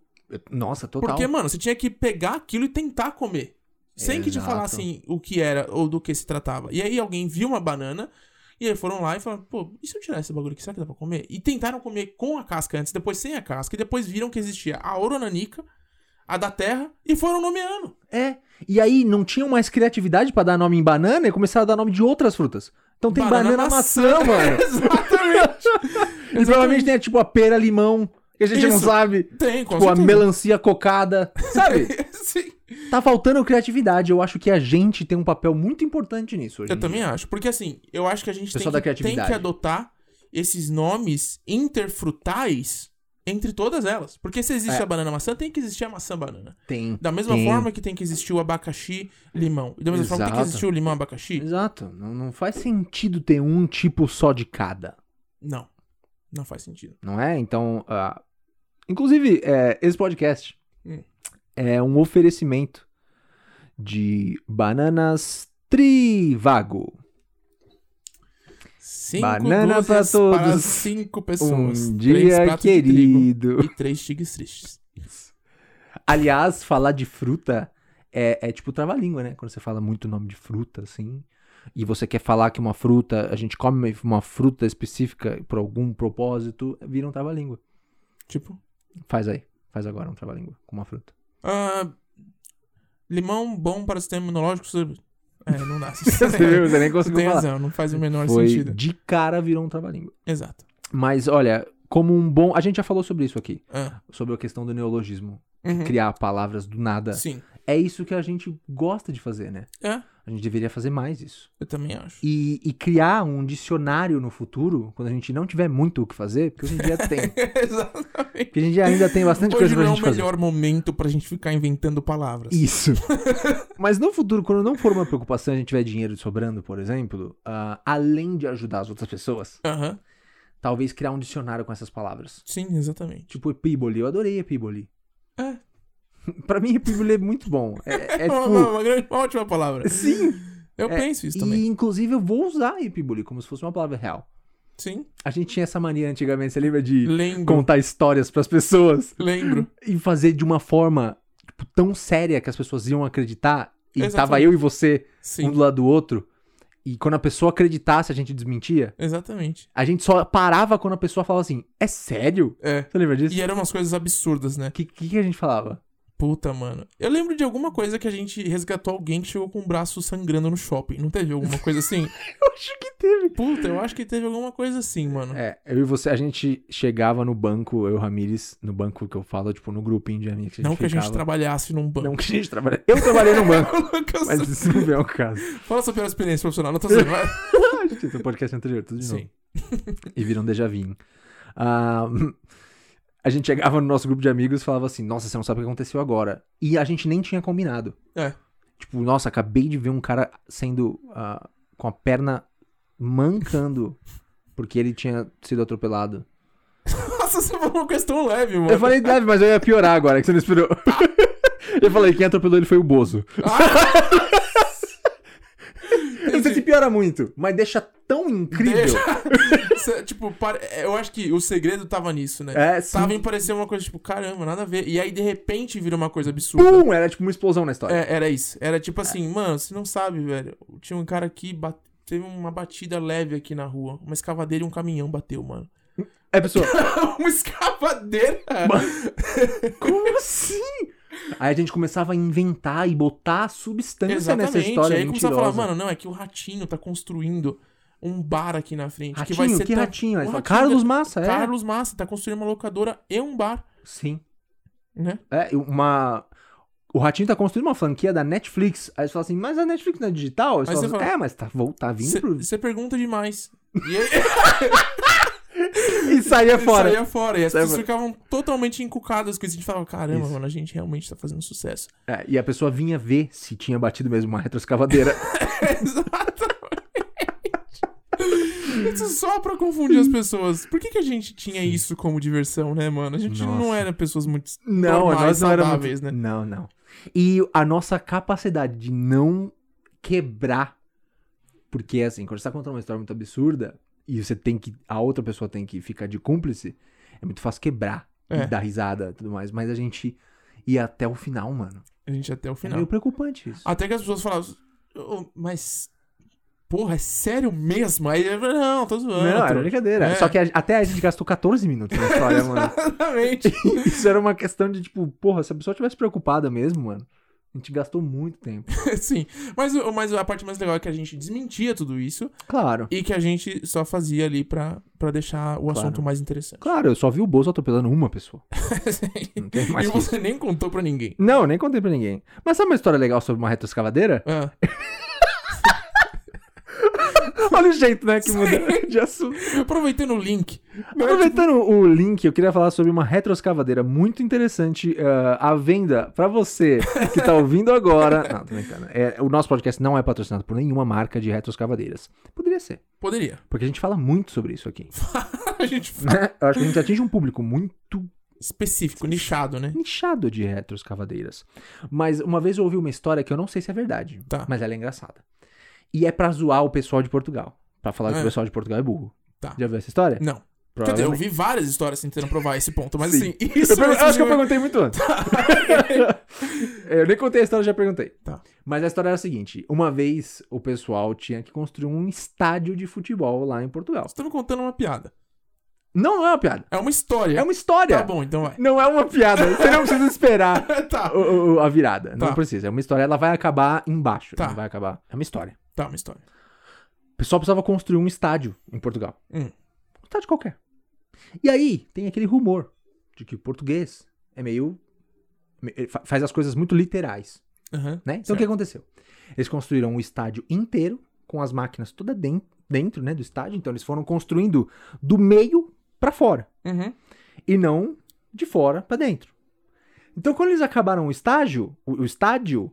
S2: Nossa, total.
S1: Porque, mano, você tinha que pegar aquilo e tentar comer. Sem que te
S2: Exato.
S1: falassem o que era ou do que se tratava. E aí alguém viu uma banana e aí foram lá e falaram, pô, e se eu tirar esse bagulho aqui, será que dá pra comer? E tentaram comer com a casca antes, depois sem a casca, e depois viram que existia a oronanica, a da terra, e foram nomeando.
S2: É. E aí não tinham mais criatividade pra dar nome em banana e começaram a dar nome de outras frutas. Então tem banana,
S1: Banana,
S2: maçã, mano.
S1: [LAUGHS] Exatamente.
S2: E provavelmente tem tipo a pera limão, que a gente não
S1: Isso.
S2: sabe.
S1: Tem, com
S2: Tipo, a
S1: certeza.
S2: melancia cocada. Sabe?
S1: [LAUGHS] Sim.
S2: tá faltando criatividade. Eu acho que a gente tem um papel muito importante nisso hoje.
S1: Eu
S2: em
S1: também
S2: dia.
S1: acho. Porque assim, eu acho que a gente tem
S2: Pessoal da
S1: que, tem
S2: criatividade.
S1: que adotar esses nomes interfrutais entre todas elas. Porque se existe
S2: É.
S1: a banana maçã, tem que existir a maçã banana.
S2: Tem.
S1: Da mesma
S2: Tem.
S1: forma que tem que existir o abacaxi limão. E da mesma forma que tem que
S2: Exato.
S1: existir o limão abacaxi.
S2: Exato. Não, não faz sentido ter um tipo só de cada,
S1: Não. Não faz sentido.
S2: não é? Então, ah, inclusive, é, esse podcast
S1: Hum.
S2: é um oferecimento de bananas Trivago.
S1: Cinco
S2: Banana pra
S1: dúzias
S2: todos.
S1: para cinco pessoas.
S2: Um
S1: três
S2: dia
S1: pratos de
S2: querido.
S1: trigo e três tigres tristes.
S2: Aliás, falar de fruta é, é tipo trava-língua, né? Quando você fala muito nome de fruta, assim, e você quer falar que uma fruta, a gente come uma- uma fruta específica por algum propósito, vira um trava-língua.
S1: Tipo,
S2: Faz aí, faz agora um trava-língua com
S1: [LAUGHS]
S2: uma fruta.
S1: ah, limão bom para o sistema imunológico. É, não
S2: [LAUGHS]
S1: dá.
S2: Você nem
S1: Você
S2: conseguiu
S1: [LAUGHS] tem
S2: falar.
S1: razão, não faz o menor
S2: Foi
S1: sentido.
S2: de cara virou um trava-língua.
S1: Exato.
S2: Mas olha, como um bom, a gente já falou sobre isso aqui,
S1: Ah,
S2: sobre a questão do neologismo,
S1: uhum.
S2: criar palavras do nada.
S1: Sim.
S2: é isso que a gente gosta de fazer, né?
S1: É,
S2: A gente deveria fazer mais isso.
S1: eu também
S2: [LAUGHS]
S1: acho. [LAUGHS]
S2: E, e criar um dicionário no futuro, quando a gente não tiver muito o que fazer, porque hoje em dia tem.
S1: Exatamente.
S2: Porque a gente ainda tem bastante
S1: Hoje
S2: coisa
S1: não
S2: pra
S1: é o
S2: gente fazer.
S1: melhor assim. momento pra gente ficar inventando palavras. [LAUGHS]
S2: Isso. Mas no futuro, quando não for uma preocupação e a gente tiver dinheiro sobrando, por exemplo, ah, além de ajudar as outras pessoas,
S1: Aham.
S2: talvez criar um dicionário com essas palavras.
S1: Sim, exatamente.
S2: Tipo Epíboli, eu adorei Epíboli.
S1: É.
S2: [LAUGHS] pra mim, Epíboli é muito bom.
S1: [LAUGHS]
S2: É, é
S1: uma,
S2: tipo.
S1: uma- uma grande, uma ótima palavra.
S2: [LAUGHS] Sim.
S1: Eu
S2: É,
S1: penso isso também.
S2: E inclusive eu vou usar Epíboli como se fosse uma palavra real.
S1: Sim.
S2: A gente tinha essa mania antigamente, você lembra de
S1: Lembro.
S2: contar histórias pras pessoas [LAUGHS]
S1: Lembro.
S2: e fazer de uma forma tipo, tão séria que as pessoas iam acreditar e tava
S1: Exatamente.
S2: eu e você um
S1: Sim.
S2: do lado do outro. E quando a pessoa acreditasse, a gente desmentia.
S1: Exatamente.
S2: A gente só parava quando a pessoa falava assim: É sério?
S1: É.
S2: Você lembra disso?
S1: E eram umas coisas absurdas, né?
S2: O que, que, que a gente falava?
S1: Puta, mano. Eu lembro de alguma coisa que a gente resgatou alguém que chegou com o braço sangrando no shopping. Não teve alguma coisa
S2: [LAUGHS]
S1: assim?
S2: [LAUGHS] Eu acho que teve.
S1: Puta, eu acho que teve alguma coisa assim, mano.
S2: É, eu e você, a gente chegava no banco, eu e o Ramires, no banco que eu falo, tipo, no grupinho de amigos que a gente
S1: Não que a gente
S2: ficava.
S1: trabalhasse num banco.
S2: Não que a gente trabalha. Eu trabalhei
S1: [LAUGHS]
S2: no [LAUGHS] banco,
S1: Lucas,
S2: mas isso não é o caso.
S1: Fala sobre a experiência profissional. Não tô sendo.
S2: [LAUGHS]
S1: vai.
S2: a gente fez um podcast anterior, tudo de novo.
S1: Sim.
S2: e viram déjà vu. Ah, [LAUGHS] a gente chegava no nosso grupo de amigos e falava assim, nossa, você não sabe o que aconteceu agora. E a gente nem tinha combinado.
S1: É.
S2: Tipo, nossa, acabei de ver um cara sendo ah, com a perna mancando porque ele tinha sido atropelado.
S1: Nossa, você falou uma coisa tão leve, mano.
S2: Eu falei leve, mas eu ia piorar agora, que você não esperou. [LAUGHS] Eu falei, quem atropelou ele foi o Bozo.
S1: Ah,
S2: Eu sei se
S1: Entendi.
S2: piora muito, mas deixa tão [LAUGHS] incrível.
S1: [LAUGHS] Cê- tipo, pare- eu acho que o segredo tava nisso, né?
S2: É, sim.
S1: Tava em parecer uma coisa, tipo, caramba, nada a ver. E aí, de repente, vira uma coisa absurda.
S2: Pum! Era tipo uma explosão na história.
S1: É, era isso. Era tipo assim, mano, você não sabe, velho. Tinha um cara aqui, bate- teve uma batida leve aqui na rua. Uma escavadeira e um caminhão bateu, mano. [LAUGHS]
S2: É, pessoa,
S1: uma escavadeira?
S2: Como assim? Aí a gente começava a inventar e botar substância nessa
S1: Exatamente.
S2: história
S1: aí começava a
S2: mentirosa.
S1: falar, mano, não, é que o ratinho tá construindo um bar aqui na frente.
S2: ratinho,
S1: que vai ser
S2: que
S1: tão-
S2: ratinho? Aí
S1: Um
S2: fala,
S1: ratinho
S2: Carlos
S1: da-
S2: Massa, é.
S1: Carlos Massa tá construindo uma locadora e um bar,
S2: Sim.
S1: né?
S2: É, uma... O Ratinho tá construindo uma franquia da Netflix. Aí você fala assim, mas a Netflix não é digital? Aí você
S1: Mas
S2: fala
S1: você
S2: assim,
S1: fala-
S2: é, mas tá, vol- tá vindo pro...
S1: Você pergunta demais. E é aí,
S2: [LAUGHS] E
S1: [LAUGHS]
S2: saía fora.
S1: saía é fora. E as
S2: Saía
S1: pessoas
S2: fora.
S1: ficavam totalmente encucadas com isso. A gente falava, caramba,
S2: Isso.
S1: mano, a gente realmente tá fazendo
S2: [LAUGHS]
S1: sucesso.
S2: É, e a pessoa vinha ver se tinha batido mesmo uma retroescavadeira.
S1: Exatamente. Isso só pra confundir as pessoas. Por que, que a gente tinha isso como diversão, né, mano? A gente não
S2: Nossa.
S1: era pessoas muito
S2: Não,
S1: normais,
S2: nós não era muito...
S1: saudáveis, né?
S2: Não, não. E a nossa capacidade de não quebrar. Porque, assim, quando você tá contando uma história muito absurda e você tem que. A outra pessoa tem que ficar de cúmplice, é muito fácil quebrar
S1: É.
S2: e dar risada e tudo mais. Mas a gente ia até o final, mano.
S1: A gente até o
S2: É
S1: final.
S2: meio preocupante isso.
S1: Até que as pessoas falavam, "Ô, mas. Porra, é sério mesmo? Aí eu falei, não, tô zoando.
S2: Não, era brincadeira.
S1: Ah, É.
S2: Só que a- até a gente gastou 14 minutos na história, mano.
S1: [LAUGHS]
S2: [LAUGHS]
S1: Exatamente.
S2: Isso era uma questão de, tipo, porra, se a pessoa tivesse preocupada mesmo, mano, a gente gastou muito tempo.
S1: Sim. Mas, o- mas a parte mais legal é que a gente desmentia tudo isso
S2: Claro.
S1: e que a gente só fazia ali pra, pra deixar o
S2: Claro.
S1: assunto mais interessante.
S2: [LAUGHS] Claro, eu só vi o Bozo atropelando uma pessoa.
S1: Sim.
S2: Não
S1: [LAUGHS]
S2: tem mais
S1: E
S2: que isso.
S1: você nem contou pra ninguém.
S2: Não, nem contei pra ninguém. Mas sabe uma história legal sobre uma retroescavadeira? [LAUGHS]
S1: Ah,
S2: Olha o jeito, né, que
S1: Sim.
S2: muda de assunto.
S1: aproveitando o link. né,
S2: Aproveitando o link, eu queria falar sobre uma retroescavadeira muito interessante ah, à venda pra você que tá
S1: [LAUGHS]
S2: ouvindo agora. Não, tô brincando. É, o nosso podcast não é patrocinado por nenhuma marca de retroescavadeiras. Poderia ser,
S1: tipo, Poderia.
S2: porque a gente fala muito sobre isso aqui.
S1: A gente foi [LAUGHS]
S2: né? Eu acho que a gente atinge um público muito
S1: específico, nichado, né?
S2: nichado de retroescavadeiras. Mas uma vez eu ouvi uma história que eu não sei se é verdade,
S1: Tá.
S2: mas ela é engraçada. E é pra zoar o pessoal de Portugal. Pra falar que
S1: É.
S2: o pessoal de Portugal é burro.
S1: Tá.
S2: Já viu essa história?
S1: Não. Quer dizer, eu
S2: Provavelmente.
S1: vi várias histórias tentando provar esse ponto, mas
S2: Sim.
S1: assim, isso.
S2: Eu pergun- eu acho que eu
S1: assim,
S2: perguntei muito antes. [LAUGHS] eu nem contei a história, já perguntei.
S1: Tá.
S2: Mas a história era a seguinte: uma vez o pessoal tinha que construir um estádio de futebol lá em Portugal.
S1: Você tá me contando uma piada.
S2: Não, não é uma piada.
S1: É uma história.
S2: É uma história.
S1: Tá bom, então
S2: [LAUGHS]
S1: vai.
S2: Não é uma piada. Você não precisa esperar.
S1: [LAUGHS] tá,
S2: o- o- o- a virada. Não
S1: Tá.
S2: precisa. É uma história. Ela vai acabar embaixo.
S1: Tá.
S2: Não vai acabar. É uma história.
S1: tá, uma história.
S2: O pessoal precisava construir um estádio em Portugal.
S1: Hum.
S2: Um estádio qualquer. E aí, tem aquele eh, rumor de que o português é meio. me- ele fa- faz as coisas muito literais.
S1: Aham.
S2: né? Então o que aconteceu? Eles construíram o estádio inteiro, com as máquinas todas den- dentro né, do estádio. Então eles foram construindo do meio pra fora
S1: Uhum.
S2: e não de fora pra dentro. Então quando eles acabaram o estágio, o, o estádio,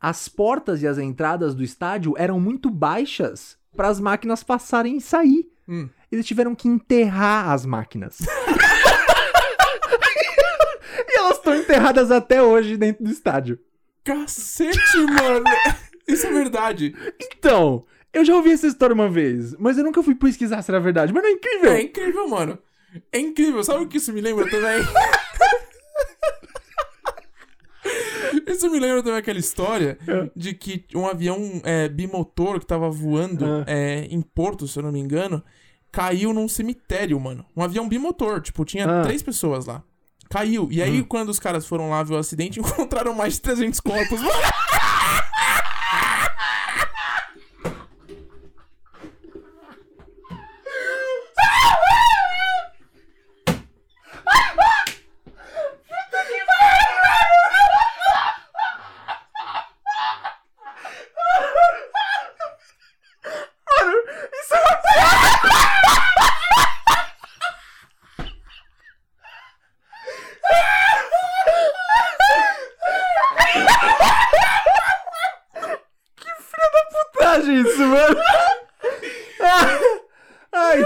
S2: as portas e as entradas do estádio eram muito baixas para as máquinas passarem e sair.
S1: Hum.
S2: Eles tiveram que enterrar
S1: [LAUGHS]
S2: as máquinas. e elas estão enterradas até hoje dentro do estádio.
S1: Cacete, mano! [LAUGHS] Isso é verdade.
S2: Então, eu já ouvi essa história uma vez, mas eu nunca fui pesquisar se era verdade. Mas não é incrível?
S1: É incrível, mano. É incrível. Sabe o que isso me lembra também?
S2: [LAUGHS]
S1: Isso me lembra também aquela história
S2: É.
S1: de que um avião é, bimotor que tava voando
S2: Ah.
S1: é, em Porto, se eu não me engano, caiu num cemitério, mano. Um avião bimotor, tipo, tinha
S2: Ah. Hum.
S1: três pessoas lá. Caiu. E aí, quando os caras foram lá ver o acidente, [LAUGHS] encontraram mais de 300 corpos. [LAUGHS] Mano,
S2: Isso é uma piada! Que filha da putagem Ah, isso,
S1: [LAUGHS]
S2: mano! Ah, Ai!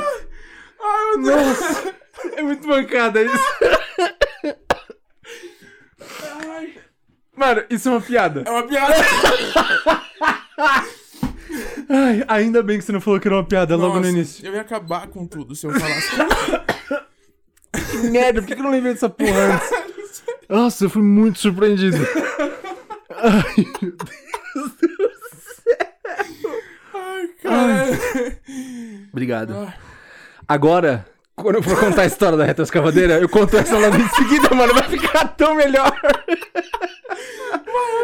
S2: Ai, meu Deus! É muito mancada isso!
S1: ai,
S2: Mano, isso é uma piada!
S1: é uma piada.
S2: Ai, ainda bem que você não falou que era uma piada logo no
S1: Nossa,
S2: início.
S1: Eu ia acabar com tudo se eu falasse.
S2: Que merda, por que que eu não lembrei dessa porra antes? [LAUGHS] Nossa, eu fui muito surpreendido. Ai, meu Deus do céu.
S1: Ai, cara. [LAUGHS]
S2: Obrigado.
S1: Ai.
S2: Agora, quando eu for contar a história da retroescavadeira, eu conto essa logo em seguida, mano. Vai ficar tão melhor.
S1: Vai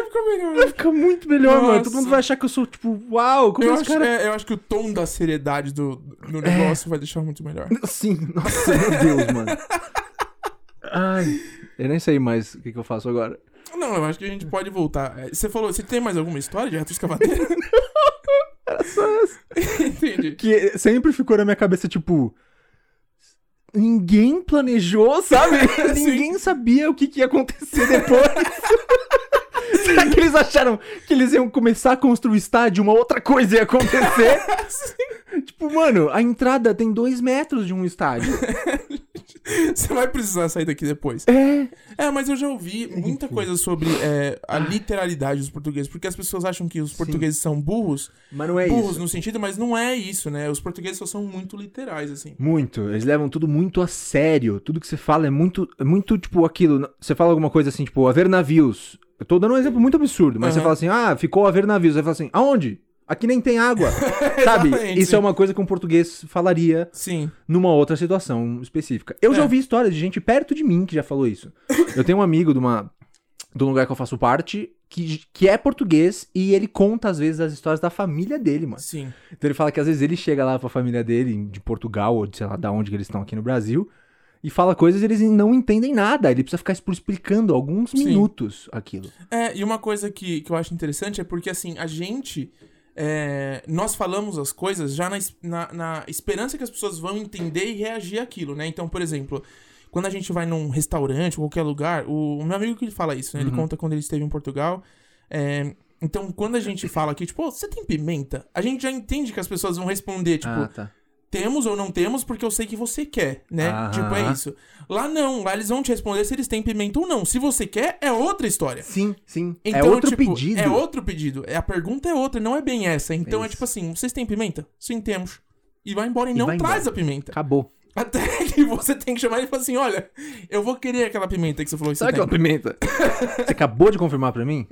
S1: ficar melhor.
S2: Vai ficar muito melhor, mano. Todo
S1: Nossa.
S2: mundo vai achar que eu sou, tipo, uau, como
S1: Eu
S2: esse
S1: acho,
S2: cara...
S1: é, eu acho que o tom da seriedade do, do negócio vai deixar muito melhor.
S2: Sim, nossa, meu Deus, mano. Ai, eu nem sei mais o que, que eu faço agora.
S1: Não, eu acho que a gente pode voltar. É, Você falou, você tem mais alguma história de [LAUGHS] retroescavadeira?
S2: Era só essa.
S1: Entendi.
S2: que sempre ficou na minha cabeça, tipo. Ninguém planejou, sabe? [LAUGHS]
S1: Sim.
S2: ninguém sabia o que, que ia acontecer [LAUGHS] depois. Será que eles acharam que eles iam começar a construir estádio, uma outra coisa ia [LAUGHS] acontecer? Tipo, mano, a entrada tem dois metros de um estádio.
S1: Você vai precisar sair daqui depois.
S2: É.
S1: É, mas eu já ouvi muita coisa sobre é, a literalidade dos portugueses. Porque as pessoas acham que os portugueses são burros.
S2: Mas não é
S1: burros
S2: isso.
S1: no sentido, mas não é isso, né? Os portugueses só são muito literais, assim.
S2: Muito. Eles levam tudo muito a sério. Tudo que você fala é muito, é muito tipo aquilo. Você fala alguma coisa assim, tipo, haver navios. Eu tô dando um exemplo muito absurdo, mas você
S1: Aham.
S2: fala assim, ah, ficou haver navios. Aí fala assim, aonde? Aqui nem tem
S1: [LAUGHS]
S2: água. Sabe?
S1: Exatamente,
S2: Isso
S1: sim.
S2: é uma coisa que um português falaria
S1: Sim.
S2: numa outra situação específica. Eu já
S1: É.
S2: ouvi histórias de gente perto de mim que já falou isso. Eu tenho um amigo de uma de um lugar que eu faço parte que, que é português e ele conta às vezes as histórias da família dele, mano.
S1: Sim.
S2: Então ele fala que às vezes ele chega lá pra família dele, de Portugal, ou de sei lá da onde que eles estão aqui no Brasil, e fala coisas e eles não entendem nada. Ele precisa ficar expl- explicando alguns
S1: Sim.
S2: minutos aquilo.
S1: É, e uma coisa que, que eu acho interessante é porque, assim, a gente. é, nós falamos as coisas já na, es- na, na esperança que as pessoas vão entender e reagir àquilo, né? Então, por exemplo, quando a gente vai num restaurante, qualquer lugar, o, o meu amigo que ele fala isso, né? Ele conta quando ele esteve em Portugal. é, então, quando a gente fala aqui, tipo, "Ô, você tem pimenta? A gente já entende que as pessoas vão responder, tipo,
S2: tá.
S1: temos ou não temos, porque eu sei que você quer, né?
S2: Aham.
S1: Tipo, é isso. Lá não, lá eles vão te responder se eles têm pimenta ou não. Se você quer, é outra história.
S2: Sim, sim.
S1: Então,
S2: é outro
S1: tipo,
S2: pedido.
S1: É outro pedido. É, A pergunta é outra, não é bem essa. Então é,
S2: Isso.
S1: tipo assim: vocês têm pimenta? Sim, temos. E vai embora e,
S2: E
S1: não
S2: vai
S1: traz a pimenta.
S2: Acabou.
S1: [LAUGHS] Até que você tem que chamar ele e falar assim: olha, eu vou querer aquela pimenta que você falou que
S2: Sabe
S1: você
S2: aquela
S1: tem.
S2: pimenta? Você acabou de confirmar
S1: [LAUGHS]
S2: pra mim?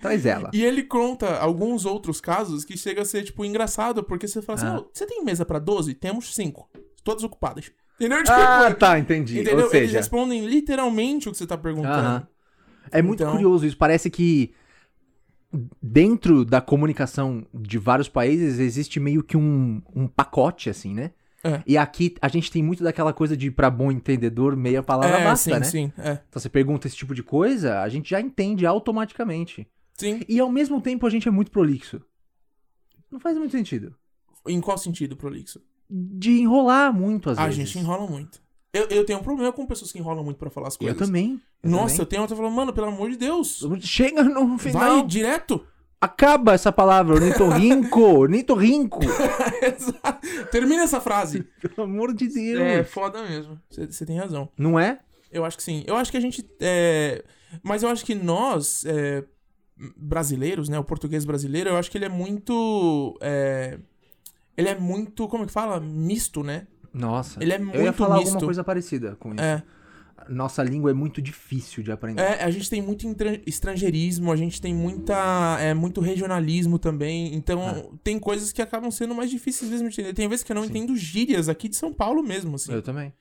S2: Traz ela.
S1: E tipo, ele conta alguns outros casos que chega a ser, tipo, engraçado, porque você fala assim:
S2: Ah.
S1: "Ô, você tem mesa pra 12? Temos 5. Todas ocupadas. Entendeu? Tipo,
S2: Ah, tá, entendi.
S1: entendeu? Eles
S2: Ou seja,
S1: respondem literalmente o que você tá perguntando.
S2: Aham. é muito
S1: Então-
S2: curioso isso. Parece que dentro da comunicação de vários países existe meio que um, um pacote, assim, né?
S1: É.
S2: E aqui a gente tem muito daquela coisa de, pra bom entendedor, meia palavra
S1: É,
S2: basta,
S1: sim,
S2: né?
S1: sim. É.
S2: Então você pergunta esse tipo de coisa, a gente já entende automaticamente.
S1: Sim.
S2: E ao mesmo tempo a gente é muito prolixo. Não faz muito sentido.
S1: Em qual sentido, prolixo?
S2: De enrolar muito às
S1: a
S2: vezes.
S1: gente enrola muito. Eu, eu tenho um problema com pessoas que enrolam muito pra falar as
S2: Eu
S1: coisas.
S2: também. Eu
S1: Nossa, eu tenho outra falando, mano, pelo amor de Deus.
S2: também. Chega no final.
S1: Vai
S2: [LAUGHS]
S1: direto. [LAUGHS]
S2: Acaba essa palavra, [LAUGHS] ornitorrinco, ornitorrinco.
S1: Exato. Termina essa frase.
S2: Pelo amor de Deus.
S1: É foda mesmo. Você tem razão.
S2: Não é?
S1: Eu acho que sim. Eu acho que a gente. é, Mas eu acho que nós, é, brasileiros, né? O português brasileiro, eu acho que ele é muito. é, Ele é muito. Como é que fala? Misto, né?
S2: Nossa.
S1: Ele é
S2: Tá. Eu ia
S1: muito
S2: falar
S1: misto.
S2: alguma coisa parecida com isso.
S1: É.
S2: Nossa língua é muito difícil de aprender.
S1: É, a gente tem muito entran- estrangeirismo, a gente tem muita, é, muito regionalismo também. Então, tem coisas que acabam sendo mais difíceis mesmo de entender. Tem vezes que eu não
S2: É. Sim. É.
S1: entendo gírias aqui de São Paulo mesmo, assim.
S2: Eu também.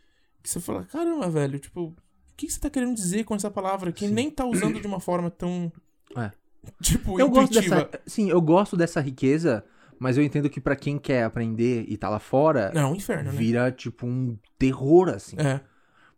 S1: Que você fala, caramba, velho, tipo, o que que você tá querendo dizer com essa palavra que
S2: Sim.
S1: nem tá usando de uma forma tão.
S2: É.
S1: Tipo,
S2: eu gosto
S1: intuitiva.
S2: dessa. Sim, eu gosto dessa riqueza, mas eu entendo que pra quem quer aprender e tá lá fora,
S1: Não, é um inferno, né?
S2: vira tipo um terror, assim.
S1: É.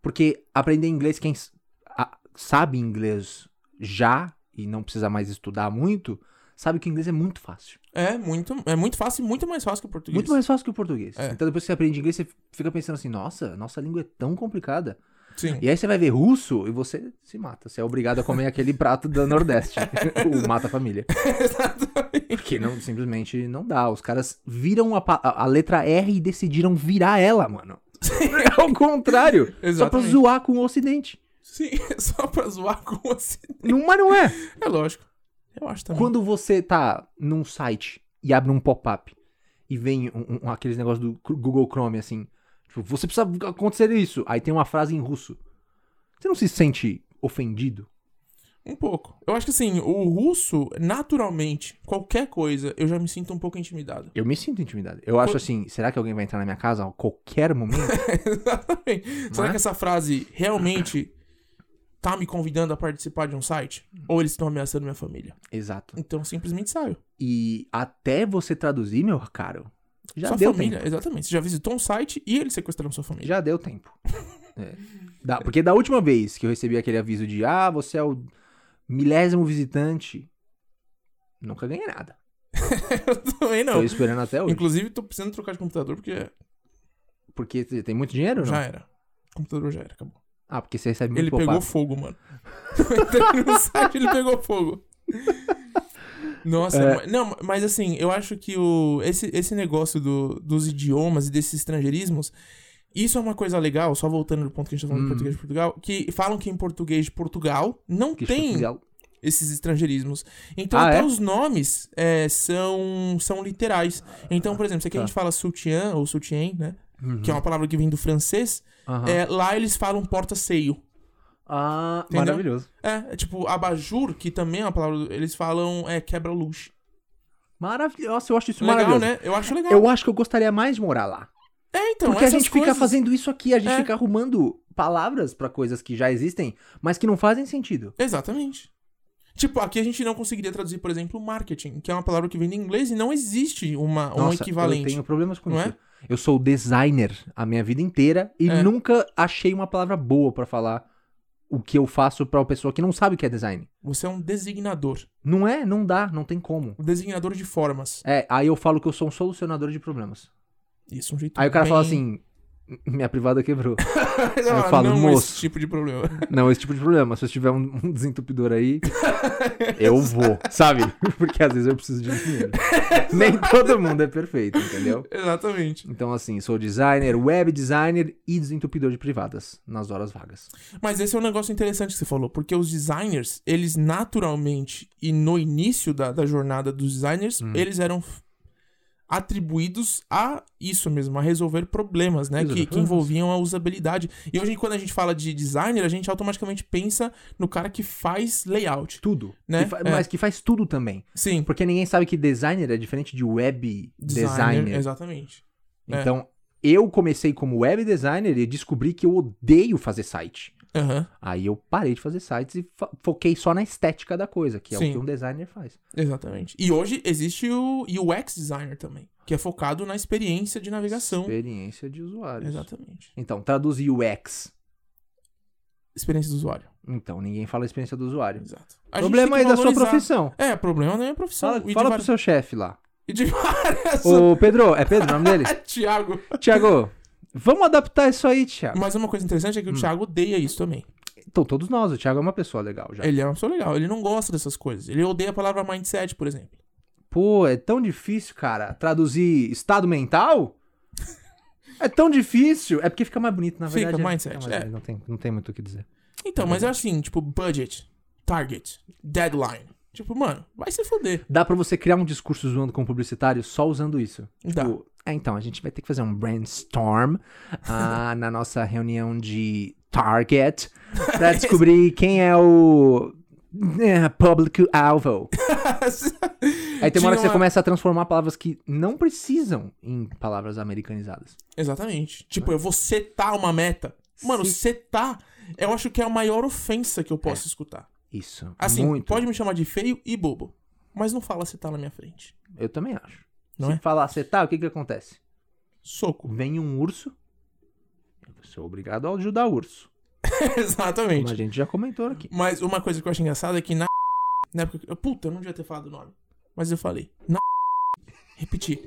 S2: Porque aprender inglês, quem s- a- sabe inglês já e não precisa mais estudar muito, sabe que o inglês é muito fácil.
S1: É muito, é muito fácil e muito mais fácil que o português.
S2: Muito mais fácil que o português.
S1: É.
S2: Então depois que você aprende inglês, você f- fica pensando assim, nossa, nossa língua é tão complicada.
S1: Sim.
S2: E aí você vai ver russo e você se mata. Você é obrigado a comer aquele prato
S1: [LAUGHS]
S2: do Nordeste. o mata a família.
S1: Exatamente.
S2: Porque não, simplesmente não dá. Os caras viram a, pa- a a letra R e decidiram virar ela, mano. [LAUGHS] É o contrário. Só pra
S1: Exatamente.
S2: zoar com o ocidente.
S1: [LAUGHS] Sim, [LAUGHS] só pra zoar com assim.
S2: Não, mas não é.
S1: É lógico. Eu acho também.
S2: Quando você tá num site e abre um pop-up e vem um, um- aqueles negócios do cr- Google Chrome assim, tipo, você precisa acontecer isso. Aí tem uma frase em russo. Você não se sente ofendido?
S1: Um pouco. Eu acho que assim, o russo, naturalmente, qualquer coisa, eu já me sinto um pouco intimidado. [LAUGHS]
S2: Eu me sinto intimidado. Eu acho assim, será que alguém vai entrar na minha casa a qualquer momento?
S1: Exatamente. Será
S2: é?
S1: que essa frase realmente tá me convidando a participar de um site? Ou eles estão ameaçando minha família?
S2: [LAUGHS] Exato.
S1: Então eu simplesmente saio.
S2: E até você traduzir, meu caro, já
S1: sua
S2: deu
S1: família,
S2: tempo.
S1: exatamente. Você já visitou um site e eles sequestraram sua
S2: [LAUGHS]
S1: família.
S2: Já deu tempo. É. Da- porque da última vez que eu recebi aquele aviso de ah, você é o milésimo visitante, nunca ganhei nada.
S1: Eu também
S2: Tô
S1: não.
S2: esperando até hoje.
S1: Inclusive, tô precisando trocar de computador porque
S2: Porque você tem muito dinheiro, ou não?
S1: já era. O computador já era, acabou.
S2: Ah, porque você recebe muito
S1: ele
S2: pop-up.
S1: pegou fogo, mano. [LAUGHS] Eu entrei no site, ele pegou fogo. Nossa,
S2: É.
S1: mas- não, mas assim, eu acho que o, esse, esse negócio do- dos idiomas e desses estrangeirismos, isso é uma coisa legal, só voltando do ponto que a gente tá falando
S2: Hum.
S1: de português de Portugal, que falam que em português de Portugal não
S2: Que
S1: tem
S2: Portugal-
S1: esses estrangeirismos. Então,
S2: Ah,
S1: até
S2: é?
S1: os nomes é, são, são literais. Então, por exemplo, se aqui
S2: Tá.
S1: a gente fala sutiã ou soutien, né?
S2: Uhum.
S1: Que é uma palavra que vem do francês,
S2: Aham.
S1: é, lá eles falam porta-seio.
S2: Ah,
S1: Entendeu?
S2: maravilhoso.
S1: É, é tipo, abajur, que também é uma palavra. Eles falam é, quebra-luz.
S2: Maravilhoso. Nossa, eu acho isso
S1: Legal,
S2: maravilhoso.
S1: né? Eu acho legal.
S2: Eu acho que eu gostaria mais de morar lá.
S1: É, então,
S2: Porque a
S1: essas
S2: gente fica
S1: coisas-
S2: fazendo isso aqui, a gente
S1: É.
S2: fica arrumando palavras pra coisas que já existem, mas que não fazem sentido.
S1: Exatamente. Tipo, aqui a gente não conseguiria traduzir, por exemplo, marketing, que é uma palavra que vem do inglês e não existe uma, um
S2: Nossa,
S1: equivalente.
S2: eu tenho problemas com
S1: não
S2: isso.
S1: é?
S2: Eu sou designer a minha vida inteira e
S1: É.
S2: nunca achei uma palavra boa pra falar o que eu faço pra uma pessoa que não sabe o que é design.
S1: Você é um designador.
S2: Não é, não dá, não tem como.
S1: Um designador de formas.
S2: É, aí eu falo que eu sou um solucionador de problemas.
S1: Isso, um jeito
S2: Aí o cara
S1: bem- [LAUGHS]
S2: fala assim, minha privada quebrou.
S1: Sei
S2: [LAUGHS]
S1: lá,
S2: eu falo,
S1: não
S2: "Moço."
S1: esse tipo de problema. [LAUGHS]
S2: Não, esse tipo de problema. Se eu tiver um, um desentupidor aí, [LAUGHS] eu vou, sabe? [LAUGHS] Porque às vezes eu preciso de [LAUGHS] dinheiro. Nem todo mundo é perfeito, entendeu?
S1: Exatamente.
S2: Então, assim, sou designer, web designer e desentupidor de privadas nas horas vagas.
S1: Mas esse é um negócio interessante que você falou, porque os designers, eles naturalmente, e no início da, da jornada dos designers, eles eram f- atribuídos a isso mesmo, a resolver problemas, né?
S2: Resolver
S1: Que, que
S2: problemas.
S1: envolviam a usabilidade. E hoje, quando a gente fala de designer, a gente automaticamente pensa no cara que faz layout.
S2: Tudo.
S1: Né?
S2: Que fa-
S1: É.
S2: Mas que faz tudo também.
S1: Sim,
S2: Porque ninguém sabe que designer é diferente de web
S1: designer.
S2: designer.
S1: Exatamente. é.
S2: Então, eu comecei como web designer e descobri que eu odeio fazer site.
S1: Aham,
S2: Aí eu parei de fazer sites e fo- foquei só na estética da coisa, que é o
S1: Sim.
S2: que um designer faz.
S1: exatamente. E hoje existe o UX designer também, que é focado na experiência de navegação.
S2: Experiência de usuário.
S1: Exatamente.
S2: Então, traduzir UX.
S1: Experiência do usuário.
S2: Então ninguém fala a experiência do usuário.
S1: Exato.
S2: O
S1: A gente
S2: problema
S1: tem
S2: aí
S1: que
S2: da sua
S1: valorizar.
S2: profissão.
S1: É, problema da minha profissão.
S2: Fala,
S1: e,
S2: fala
S1: de
S2: pro
S1: vari-
S2: seu chefe lá.
S1: e de [LAUGHS] várias.
S2: Ô, Pedro, é Pedro o nome
S1: [LAUGHS]
S2: dele?
S1: Tiago.
S2: Tiago, vamos adaptar isso aí, Tiago.
S1: Mas uma coisa interessante é
S2: Hum.
S1: que o Thiago odeia isso também.
S2: Então, todos nós, o Thiago é uma pessoa legal já.
S1: Ele é uma pessoa legal, ele não gosta dessas coisas. Ele odeia a palavra mindset, por exemplo.
S2: Pô, é tão difícil, cara, traduzir
S1: [LAUGHS]
S2: estado mental? É tão difícil. É porque fica mais bonito, na
S1: Fica,
S2: verdade. é-
S1: mindset,
S2: mais
S1: é.
S2: bonito, Não, tem, não tem muito o que dizer.
S1: Então, mas é assim, tipo, budget, target, deadline. Tipo, mano, vai se foder.
S2: Dá pra você criar um discurso zoando com um publicitário só usando isso.
S1: Dá.
S2: Tipo, ah, então, a gente vai ter que fazer um brainstorm
S1: [LAUGHS]
S2: ah, na nossa reunião de target pra descobrir quem é o é, público-alvo. Aí tem uma hora que
S1: Tinha
S2: você começa a transformar palavras que não precisam em palavras americanizadas.
S1: [LAUGHS] Exatamente. Tipo, eu vou setar uma meta. Mano,
S2: É. Se-
S1: setar, eu acho que é a maior ofensa que eu posso escutar.
S2: Isso.
S1: Assim,
S2: muito.
S1: pode me chamar de feio e bobo, mas não fala setar na minha frente.
S2: Eu também acho.
S1: Não
S2: Se
S1: é?
S2: falar acertar, o que que acontece?
S1: Soco.
S2: Vem um urso, você é obrigado a ajudar o urso. Como
S1: [LAUGHS] Exatamente.
S2: a gente já comentou aqui.
S1: Mas uma coisa que eu acho engraçada é que na. [LAUGHS] Na época. que- Puta, eu não devia ter falado o nome. Mas eu falei. Na. [LAUGHS] Repeti.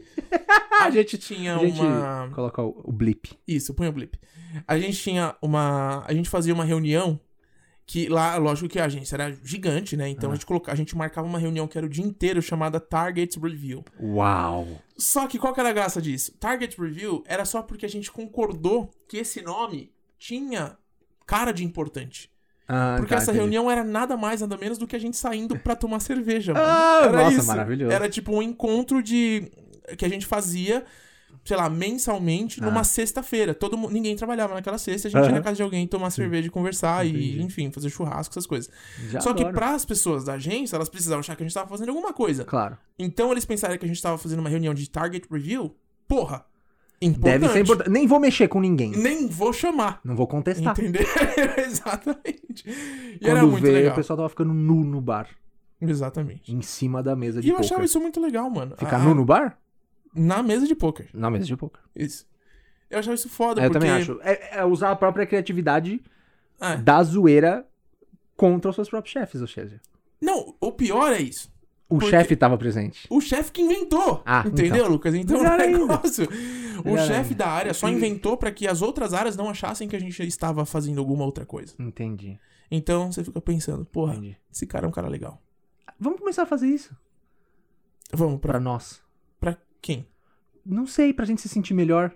S1: A gente tinha
S2: Ah, A gente
S1: uma.
S2: coloca o, o blip.
S1: Isso, põe o blip. A gente tinha uma. A gente fazia uma reunião. Que lá, lógico que a agência era gigante, né? Então a, gente coloca... a gente marcava uma reunião que era o dia inteiro chamada Target Review.
S2: Uau!
S1: Só que qual que era a graça disso? Target Review era só porque a gente concordou que esse nome tinha cara de importante.
S2: Ah,
S1: Porque
S2: tá,
S1: essa
S2: entendi.
S1: reunião era nada mais, nada menos do que a gente saindo pra tomar cerveja, mano.
S2: Ah,
S1: era
S2: nossa,
S1: isso.
S2: maravilhoso.
S1: Era tipo um encontro de. que a gente fazia, sei lá, mensalmente, numa sexta-feira. Todo mu- Ninguém trabalhava naquela sexta, a gente ia
S2: Ah. Aham.
S1: na casa de alguém tomar cerveja e conversar
S2: Entendi.
S1: e, enfim, fazer churrasco, essas coisas.
S2: Já
S1: Só que
S2: adoro.
S1: para as pessoas da agência, elas precisavam achar que a gente tava fazendo alguma coisa.
S2: Claro.
S1: Então eles pensaram que a gente tava fazendo uma reunião de target review. Porra!
S2: Deve ser
S1: importante.
S2: importante. Nem vou mexer com ninguém.
S1: Nem vou chamar.
S2: Não vou contestar.
S1: Entendeu? [LAUGHS] Exatamente. E
S2: Quando
S1: era muito
S2: vê,
S1: legal.
S2: o pessoal tava ficando nu no bar.
S1: Exatamente.
S2: Em cima da mesa de
S1: E eu
S2: poker.
S1: achava isso Ah. muito legal, mano.
S2: Ficar
S1: A-
S2: nu no bar?
S1: Na mesa de poker.
S2: Na mesa de poker.
S1: Isso. Eu achava isso foda,
S2: É, eu
S1: porque...
S2: também acho. É, é usar a própria criatividade
S1: É.
S2: da zoeira contra os seus próprios chefes, ou seja.
S1: Não, o pior é isso.
S2: O
S1: Porque-
S2: chefe tava presente.
S1: O chefe que inventou.
S2: Ah,
S1: entendeu, Lucas? Então o [LAUGHS]
S2: Melhor ainda.
S1: negócio. O
S2: Melhor
S1: chefe
S2: ainda.
S1: da área só inventou pra que as outras áreas não achassem que a gente estava fazendo alguma outra coisa.
S2: Entendi,
S1: Então você fica pensando, porra,
S2: entendi.
S1: esse cara é um cara legal.
S2: Vamos começar a fazer isso
S1: Vamos, pra,
S2: pra nós.
S1: pra quem?
S2: Não sei, pra gente se
S1: [LAUGHS]
S2: sentir melhor.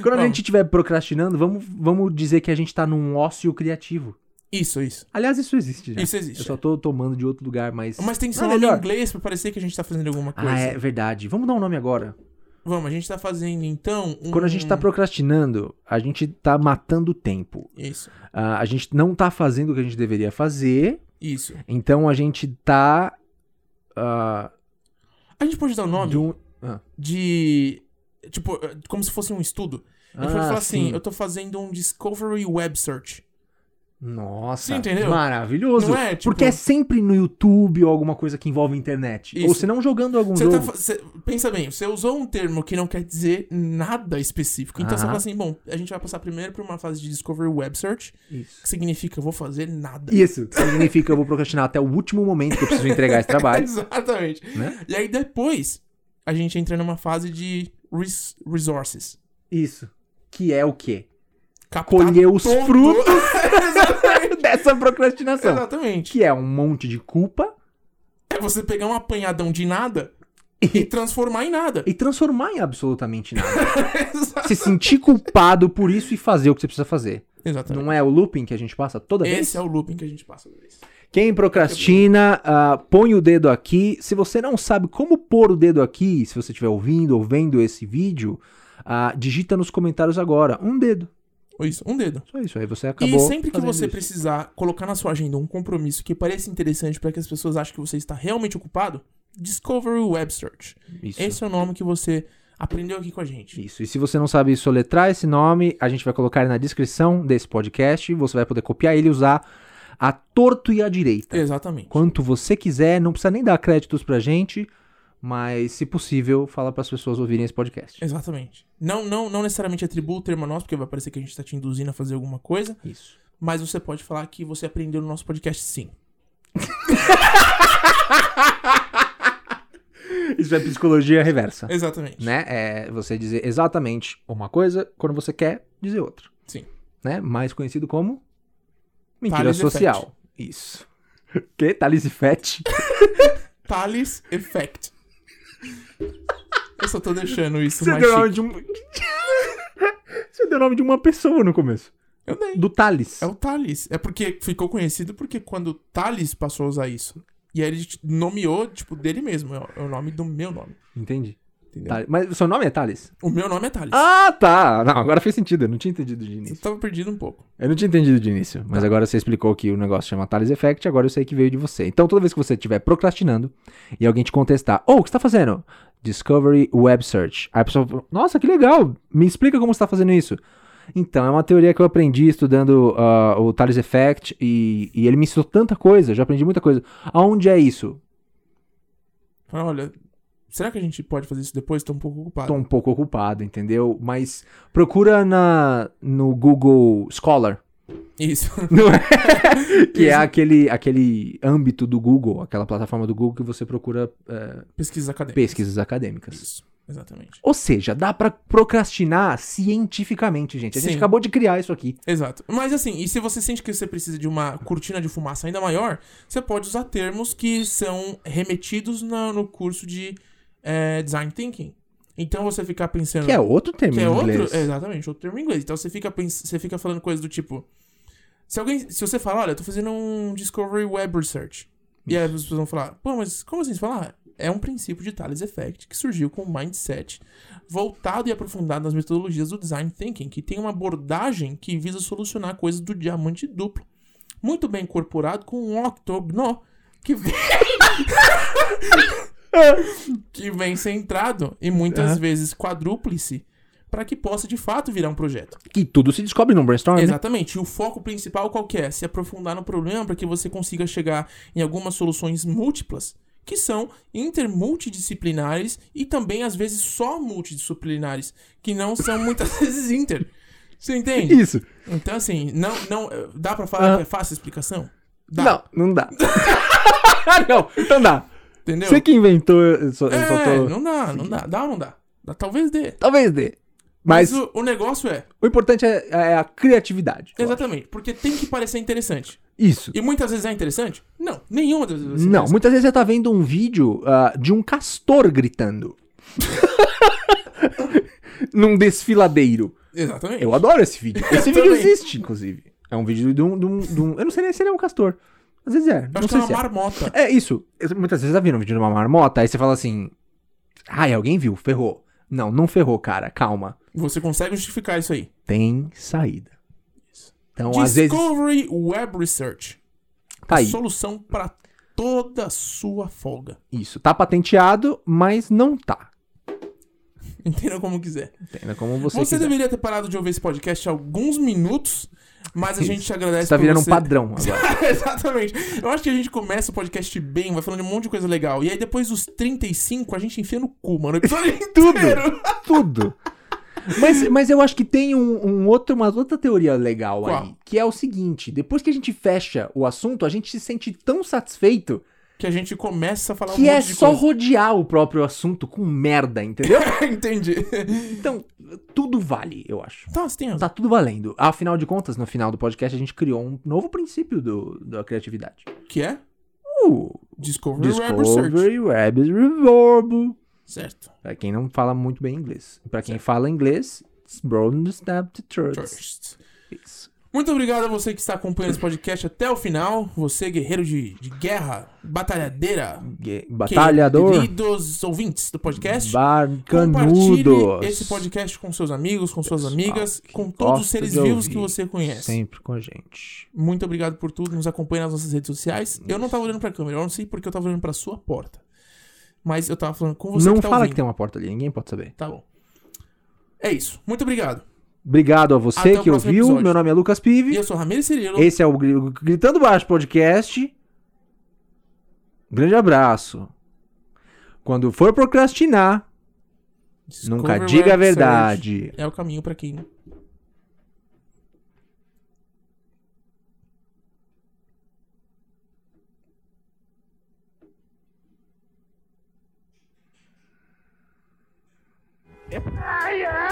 S2: Quando a
S1: Vamos.
S2: gente estiver procrastinando, vamos, vamos dizer que a gente tá num ócio criativo.
S1: Isso, isso.
S2: Aliás, isso existe já.
S1: Isso
S2: Eu
S1: existe.
S2: só tô tomando de outro lugar, mas.
S1: Mas tem que ser um
S2: Ah,
S1: nome em
S2: melhor.
S1: inglês pra parecer que a gente tá fazendo alguma coisa.
S2: Ah, é verdade. Vamos dar um nome agora.
S1: Vamos, a gente tá fazendo, então... um-
S2: Quando a gente tá procrastinando, a gente tá matando o tempo.
S1: Isso,
S2: Ah, a gente não tá fazendo o que a gente deveria fazer,
S1: isso.
S2: então a gente tá. ah,
S1: A gente pode dar o nome
S2: de um-
S1: de. Tipo, eh, como se fosse um estudo. A gente pode
S2: Ah,
S1: falar assim:
S2: sim.
S1: eu tô fazendo um Discovery Web Search.
S2: Nossa,
S1: Você entendeu?
S2: maravilhoso.
S1: Não é, tipo-
S2: Porque é sempre no YouTube ou alguma coisa que envolve internet. Ou
S1: Isso.
S2: se não jogando algum
S1: Você
S2: um jogo.
S1: tá fa- você- pensa bem, você usou um termo que não quer dizer nada específico. Então você
S2: Aham.
S1: fala assim: bom, a gente vai passar primeiro por uma fase de Discovery Web Search,
S2: Isso.
S1: que significa eu vou fazer nada.
S2: Isso. que Significa que eu vou procrastinar até o último momento que eu preciso entregar esse
S1: [LAUGHS]
S2: trabalho.
S1: Exatamente.
S2: Né?
S1: E aí depois, a gente entra numa fase de res- resources.
S2: Isso. Que é
S1: [LAUGHS]
S2: o quê?
S1: Captar
S2: Colher os
S1: todo- [LAUGHS]
S2: frutos
S1: Exatamente.
S2: dessa procrastinação.
S1: Exatamente.
S2: Que é um monte de culpa
S1: É você pegar um apanhadão de nada e
S2: e,
S1: transformar em nada.
S2: e transformar em absolutamente nada.
S1: Exa-
S2: Se sentir culpado por isso e fazer o que você precisa fazer.
S1: [LAUGHS] Exatamente.
S2: Não é o looping que a gente passa toda vez?
S1: Esse é o looping que a gente passa por isso.
S2: Quem procrastina, ah, põe o dedo aqui. Se você não sabe como pôr o dedo aqui, se você estiver ouvindo ou vendo esse vídeo, ah, digita nos comentários agora. Um dedo.
S1: Ou Isso, um dedo.
S2: Só isso. Aí você
S1: E
S2: acabou.
S1: sempre que
S2: fazendo
S1: você
S2: isso.
S1: precisar colocar na sua agenda um compromisso que pareça interessante para que as pessoas achem que você está realmente ocupado, Discovery Web Search.
S2: Isso.
S1: Esse é o nome que você aprendeu aqui com a gente.
S2: Isso. E se você não sabe soletrar esse nome, a gente vai colocar ele na descrição desse podcast. Você vai poder copiar ele e usar a torto e à direita.
S1: Exatamente.
S2: Quanto você quiser, não precisa nem dar créditos pra gente, mas se possível, fala pras pessoas ouvirem esse podcast.
S1: tá Exatamente. Não, não, não necessariamente atribua o termo a nós, porque vai parecer que a gente está te induzindo a fazer alguma coisa,
S2: Isso.
S1: Mas você pode falar que você aprendeu no nosso podcast, sim.
S2: Isso é psicologia reversa.
S1: Exatamente.
S2: Né? É você dizer exatamente uma coisa quando você quer dizer outra.
S1: Sim.
S2: Né? Mais conhecido como mentira
S1: Thales
S2: social. Isso. Que? Thales e [LAUGHS] Fett?
S1: Thales Effect. Eu só tô deixando isso
S2: Você
S1: mais
S2: deu o nome
S1: chique.
S2: de um... [LAUGHS] Você deu o nome de uma pessoa no começo.
S1: Eu dei.
S2: Do Thales.
S1: É o Thales. É porque ficou conhecido porque quando Thales passou a usar isso. E aí ele nomeou, tipo, dele mesmo. É o- é o nome do meu nome.
S2: Entendi.
S1: Entendeu?
S2: Thales. Mas seu nome é Thales?
S1: O meu nome é Thales.
S2: Ah, tá. Não, agora fez sentido. Eu não tinha entendido de
S1: Você
S2: início.
S1: tava perdido um pouco.
S2: Eu não tinha entendido de início. Mas agora você explicou que o negócio chama Thales Effect. Agora eu sei que veio de você. Então toda vez que você estiver procrastinando e alguém te contestar: Ô, o que você tá fazendo? Discovery Web Search. Aí a pessoa fala: Nossa, que legal. Me explica como você tá fazendo isso. Então, é uma teoria que eu aprendi estudando ah, o Thales Effect e, e ele me ensinou tanta coisa, já aprendi muita coisa. Aonde é isso?
S1: Falei, olha, será que a gente pode fazer isso depois? Tô um pouco ocupado.
S2: tô um pouco ocupado, entendeu? Mas procura na, no Google Scholar,
S1: Isso. [LAUGHS]
S2: não é? que é aquele, aquele âmbito do Google, aquela plataforma do Google que você procura eh,
S1: Pesquisa acadêmica.
S2: pesquisas acadêmicas.
S1: Isso, exatamente.
S2: Ou seja, dá pra procrastinar cientificamente, gente. A gente
S1: Sim.
S2: acabou de criar isso aqui.
S1: Exato. Mas assim, e se você sente que você precisa de uma cortina de fumaça ainda maior, você pode usar termos que são remetidos na- no curso de eh, Design Thinking. Então você ficar pensando.
S2: Que é outro termo
S1: Que
S2: em
S1: é
S2: inglês.
S1: outro, exatamente, outro termo em inglês. Então você fica, pens- você fica falando coisas do tipo. Se alguém. Se você fala, olha, eu tô fazendo um Discovery Web Research. E aí as pessoas vão falar, pô, mas como assim? Você fala, ah, é um princípio de Thales Effect que surgiu com o mindset voltado e aprofundado nas metodologias do design thinking, que tem uma abordagem que visa solucionar coisas do diamante duplo, muito bem incorporado com um octogno que vem, [LAUGHS] que vem centrado e muitas
S2: Aham.
S1: vezes quadrúplice para que possa de fato virar um projeto.
S2: Que tudo se descobre num brainstorm. né?
S1: Exatamente. E o foco principal qual que é? Se aprofundar no problema para que você consiga chegar em algumas soluções múltiplas, que são intermultidisciplinares e também às vezes só multidisciplinares, que não são muitas [LAUGHS] vezes inter. Você entende?
S2: Isso.
S1: Então assim, não não dá pra falar
S2: Ah.
S1: que é fácil a explicação? Dá, [LAUGHS]
S2: Não, não dá. [LAUGHS] não, então dá.
S1: entendeu?
S2: Você que inventou, eu só, eu
S1: É,
S2: só tô...
S1: não dá, não dá, dá ou não dá? Dá, talvez dê.
S2: Talvez dê. Mas,
S1: o, o negócio é,
S2: O importante é, é a criatividade. eu
S1: exatamente, porque tem que parecer interessante.
S2: acho. Isso.
S1: E muitas vezes é interessante? Não, nenhuma das vezes. é
S2: Não, muitas vezes você tá vendo um vídeo ah, de um
S1: [LAUGHS]
S2: castor gritando. Num desfiladeiro.
S1: Exatamente.
S2: Eu adoro esse vídeo. Esse
S1: Eu
S2: vídeo
S1: também.
S2: existe, inclusive. É um vídeo de um, de um- de um- Eu não sei nem se ele é um castor. Às vezes é.
S1: Eu
S2: Não
S1: acho que é
S2: sei
S1: uma
S2: se é.
S1: marmota.
S2: É isso. Eu- Muitas vezes você tá vendo um vídeo de uma marmota, aí você fala assim. Ai, alguém viu? Ferrou. Não, não ferrou, cara. Calma.
S1: Você consegue justificar isso aí?
S2: Tem saída. Então, às vezes.
S1: Discovery Web Research.
S2: Tá aí.
S1: Solução para toda a sua folga.
S2: Isso. Tá patenteado, mas não tá.
S1: Entenda como quiser.
S2: Entenda como você,
S1: Você
S2: quiser.
S1: deveria ter parado de ouvir esse podcast há alguns minutos, mas a
S2: Isso.
S1: gente te agradece
S2: Você tá
S1: por
S2: virando
S1: você-
S2: um padrão
S1: [LAUGHS]
S2: agora.
S1: Exatamente. Eu acho que a gente começa o podcast bem, vai falando de um monte de coisa legal. E aí depois dos 35, a gente enfia no cu, mano. O
S2: [LAUGHS]
S1: episódio
S2: Tudo.
S1: inteiro.
S2: Tudo. Mas, mas eu acho que tem um, um outro, uma outra teoria legal aí,
S1: Qual?
S2: que é o seguinte: depois que a gente fecha o assunto, a gente se sente tão satisfeito
S1: Que a gente começa a falar um
S2: que
S1: monte
S2: é
S1: de
S2: só rodear o próprio assunto com merda, entendeu?
S1: coisa. [LAUGHS] Entendi.
S2: Então, tudo vale, eu acho.
S1: Tá, você tem razão.
S2: Tá tudo valendo. Afinal de contas, no final do podcast, a gente criou um novo princípio do, da criatividade.
S1: Que é
S2: O
S1: Discovery, Web Research.
S2: Discovery Web Reverb.
S1: Certo.
S2: Pra quem não fala muito bem inglês. Pra quem fala inglês, it's brown to stab the truth.
S1: First.
S2: Isso.
S1: Muito obrigado a você que está acompanhando esse podcast até o final. Você, guerreiro de, de guerra, batalhadeira,
S2: Gue- Batalhador,
S1: queridos ouvintes do podcast.
S2: barcanudo.
S1: esse podcast com seus amigos, com suas
S2: Pessoal
S1: amigas,
S2: que
S1: com todos
S2: gosta
S1: os seres
S2: de
S1: vivos
S2: ouvir.
S1: que você conhece.
S2: Sempre com a gente.
S1: Muito obrigado por tudo. Nos acompanhe nas nossas redes sociais. Eu não tava olhando pra câmera, eu não sei porque eu tava olhando pra sua porta. Mas eu tava falando com você
S2: não
S1: que tá
S2: fala
S1: ouvindo.
S2: que tem uma porta ali, ninguém pode saber.
S1: Tá bom. É isso. Muito obrigado.
S2: Obrigado a você
S1: Até o
S2: que
S1: próximo
S2: ouviu.
S1: episódio.
S2: Meu nome é Lucas
S1: E
S2: Pive.
S1: eu sou Ramiro Cirilo.
S2: Esse é o Gri- Gritando Baixo Podcast. Um grande abraço. Quando for procrastinar,
S1: Discover
S2: nunca diga a
S1: Web Search.
S2: verdade.
S1: É o caminho pra quem Ai, ai!